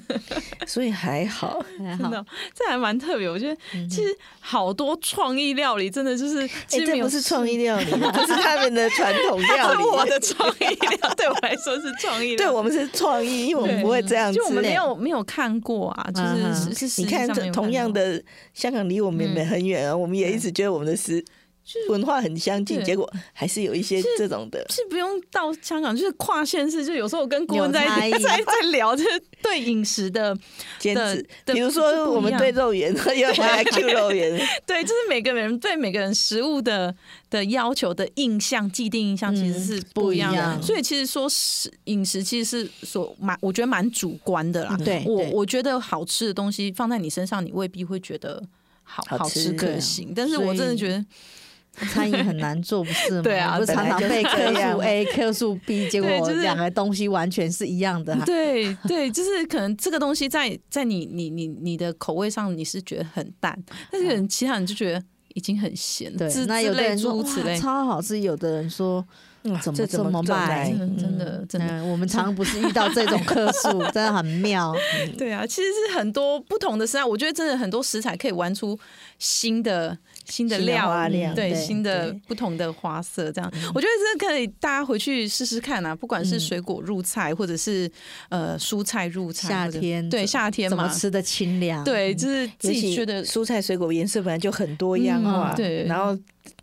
Speaker 4: 所以还好。
Speaker 3: 还
Speaker 2: 真
Speaker 3: 好
Speaker 2: 的。这还蛮特别。我觉得
Speaker 3: 嗯
Speaker 2: 其实好多创意料理真的就是，
Speaker 4: 哎、
Speaker 2: 其实没
Speaker 4: 这
Speaker 2: 有
Speaker 4: 不是创意料理，这是他们的传 统料
Speaker 2: 这
Speaker 4: 理。
Speaker 2: 是我的创意料，对我来说是创意料。
Speaker 4: 对我们是创意，因为我们不会这样子。欸
Speaker 2: 就我们没有没有看过啊，就
Speaker 3: 嗯
Speaker 2: 是
Speaker 3: 哼
Speaker 2: 是是
Speaker 4: 你看，这同样，的香港离我们也没很远啊，我们也一直觉得我们的
Speaker 2: 实际上没
Speaker 4: 食
Speaker 2: 有看过就是
Speaker 4: 文化很相近，
Speaker 2: 对
Speaker 4: 结果还是有一些
Speaker 2: 是
Speaker 4: 这种的。
Speaker 2: 是不用到香港，就是跨县市，就有时候我跟郭文在
Speaker 3: 有差异
Speaker 2: 在在聊，就是对饮食 的，
Speaker 4: 兼职，
Speaker 2: 的
Speaker 4: 比如
Speaker 2: 的
Speaker 4: 说
Speaker 2: 不一
Speaker 4: 我们
Speaker 2: 样
Speaker 4: 对肉圆，又来
Speaker 2: 啊
Speaker 4: Q 肉圆，
Speaker 2: 对，就是每个人对每个人食物的的要求的印象、既定印象其实
Speaker 4: 嗯
Speaker 2: 是不一样
Speaker 3: 不一
Speaker 2: 的。
Speaker 3: 样
Speaker 2: 所以其实说食饮食其实是所蛮，我觉得蛮主观的啦。
Speaker 4: 嗯
Speaker 3: 对
Speaker 2: 我
Speaker 3: 对
Speaker 2: 我觉得好吃的东西放在你身上，你未必会觉得好
Speaker 4: 好
Speaker 2: 好
Speaker 4: 吃
Speaker 2: 吃
Speaker 4: 对
Speaker 2: 可
Speaker 4: 啊
Speaker 2: 行，但是
Speaker 3: 所
Speaker 2: 我真的
Speaker 3: 以
Speaker 2: 觉得
Speaker 3: 餐饮很难做，不是吗？
Speaker 2: 对啊
Speaker 3: 不是
Speaker 4: 本
Speaker 3: 常
Speaker 4: 来
Speaker 3: 常
Speaker 4: 就是
Speaker 3: 被
Speaker 4: 这
Speaker 3: 克
Speaker 4: 样
Speaker 3: 数 A、克数 B，结
Speaker 2: 对
Speaker 3: 果
Speaker 2: 就是
Speaker 3: 两个东西完全是一样的，啊 还
Speaker 2: 对对，就是可能这个东西在在你你你你的口味上你是觉得很淡，但是可能其他人就觉得已经很咸，
Speaker 3: 嗯对
Speaker 2: 之，
Speaker 3: 那有
Speaker 2: 之
Speaker 3: 的
Speaker 2: 类
Speaker 3: 人
Speaker 2: 诸
Speaker 3: 说
Speaker 2: 如此
Speaker 3: 哇
Speaker 2: 类，
Speaker 3: 超好吃，有的人说
Speaker 4: 嗯
Speaker 3: 怎么
Speaker 4: 这
Speaker 3: 这么卖
Speaker 2: 真
Speaker 4: 办
Speaker 2: 的真的真的。
Speaker 3: 嗯我们常不是遇到这种客 数，真的很妙。
Speaker 2: 对啊，其实是很多不同的食材，我觉得真的很多食材可以玩出新的新的
Speaker 4: 新的
Speaker 2: 料
Speaker 4: 花
Speaker 2: 理
Speaker 4: 样
Speaker 2: 对
Speaker 4: 对
Speaker 2: 新的
Speaker 4: 对
Speaker 2: 不同的花色，这样
Speaker 3: 嗯
Speaker 2: 我觉得这可以大家回去试试看啊，不管是水果入菜，或者是呃蔬菜入菜，
Speaker 3: 夏
Speaker 2: 或者
Speaker 3: 天
Speaker 2: 对
Speaker 3: 怎
Speaker 2: 夏天
Speaker 3: 怎么
Speaker 2: 嘛，
Speaker 3: 吃的清凉？
Speaker 2: 对，就是自
Speaker 4: 尤
Speaker 2: 己
Speaker 4: 其
Speaker 2: 觉得
Speaker 4: 蔬菜水果颜色本来就很多样化，
Speaker 2: 嗯对
Speaker 4: 然后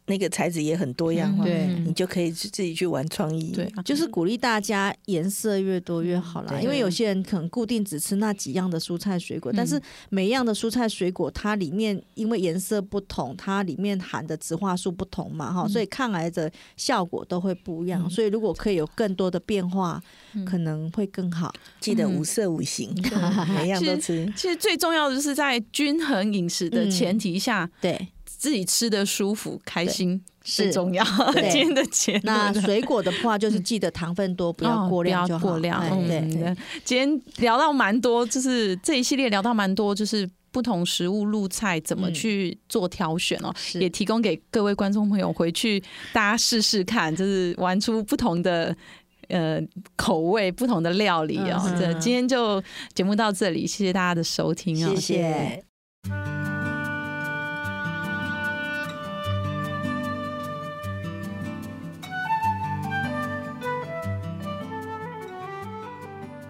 Speaker 4: 那个材质也很
Speaker 3: 嗯
Speaker 4: 多样化，
Speaker 2: 嗯
Speaker 3: 对
Speaker 4: 你就可以自自己去玩创意。
Speaker 2: 对，啊，
Speaker 3: 就是鼓励大家颜色越多
Speaker 4: 嗯
Speaker 3: 越好啦，因为有些人可能固定只吃那几样的蔬菜水果，
Speaker 4: 嗯
Speaker 3: 但是每一样的蔬菜水果它里面因为颜色不同，它里面含的植化素不同嘛，哈，
Speaker 4: 嗯
Speaker 3: 所以抗癌的效果都会不一样。所以如果可以有更多的变化，可能会更好。
Speaker 4: 嗯
Speaker 3: 嗯
Speaker 4: 记得五色五行， 每样都吃。
Speaker 2: 其实最重要的就是在均衡饮食的前提下，
Speaker 3: 对，
Speaker 2: 自己吃的舒服、开心最
Speaker 3: 是
Speaker 2: 重要。
Speaker 3: 对
Speaker 2: 今天的结论
Speaker 3: 那水果的话，就是记得糖分多，不要
Speaker 2: 哦
Speaker 3: 过量
Speaker 2: 不
Speaker 3: 就
Speaker 2: 要
Speaker 3: 好。
Speaker 2: 过量。
Speaker 3: 哎
Speaker 2: 嗯
Speaker 3: 对，
Speaker 2: 对今天聊到蛮多，就是这一系列聊到蛮多，就是不同食物入菜怎么
Speaker 3: 嗯
Speaker 2: 去做挑选哦，
Speaker 3: 是
Speaker 2: 也提供给各位观众朋友回去大家试试看，就是玩出不同的。呃，口味不同的料理哦，
Speaker 3: 嗯
Speaker 2: 这今天就节目到这里，谢谢大家的收听哦，
Speaker 3: 谢谢。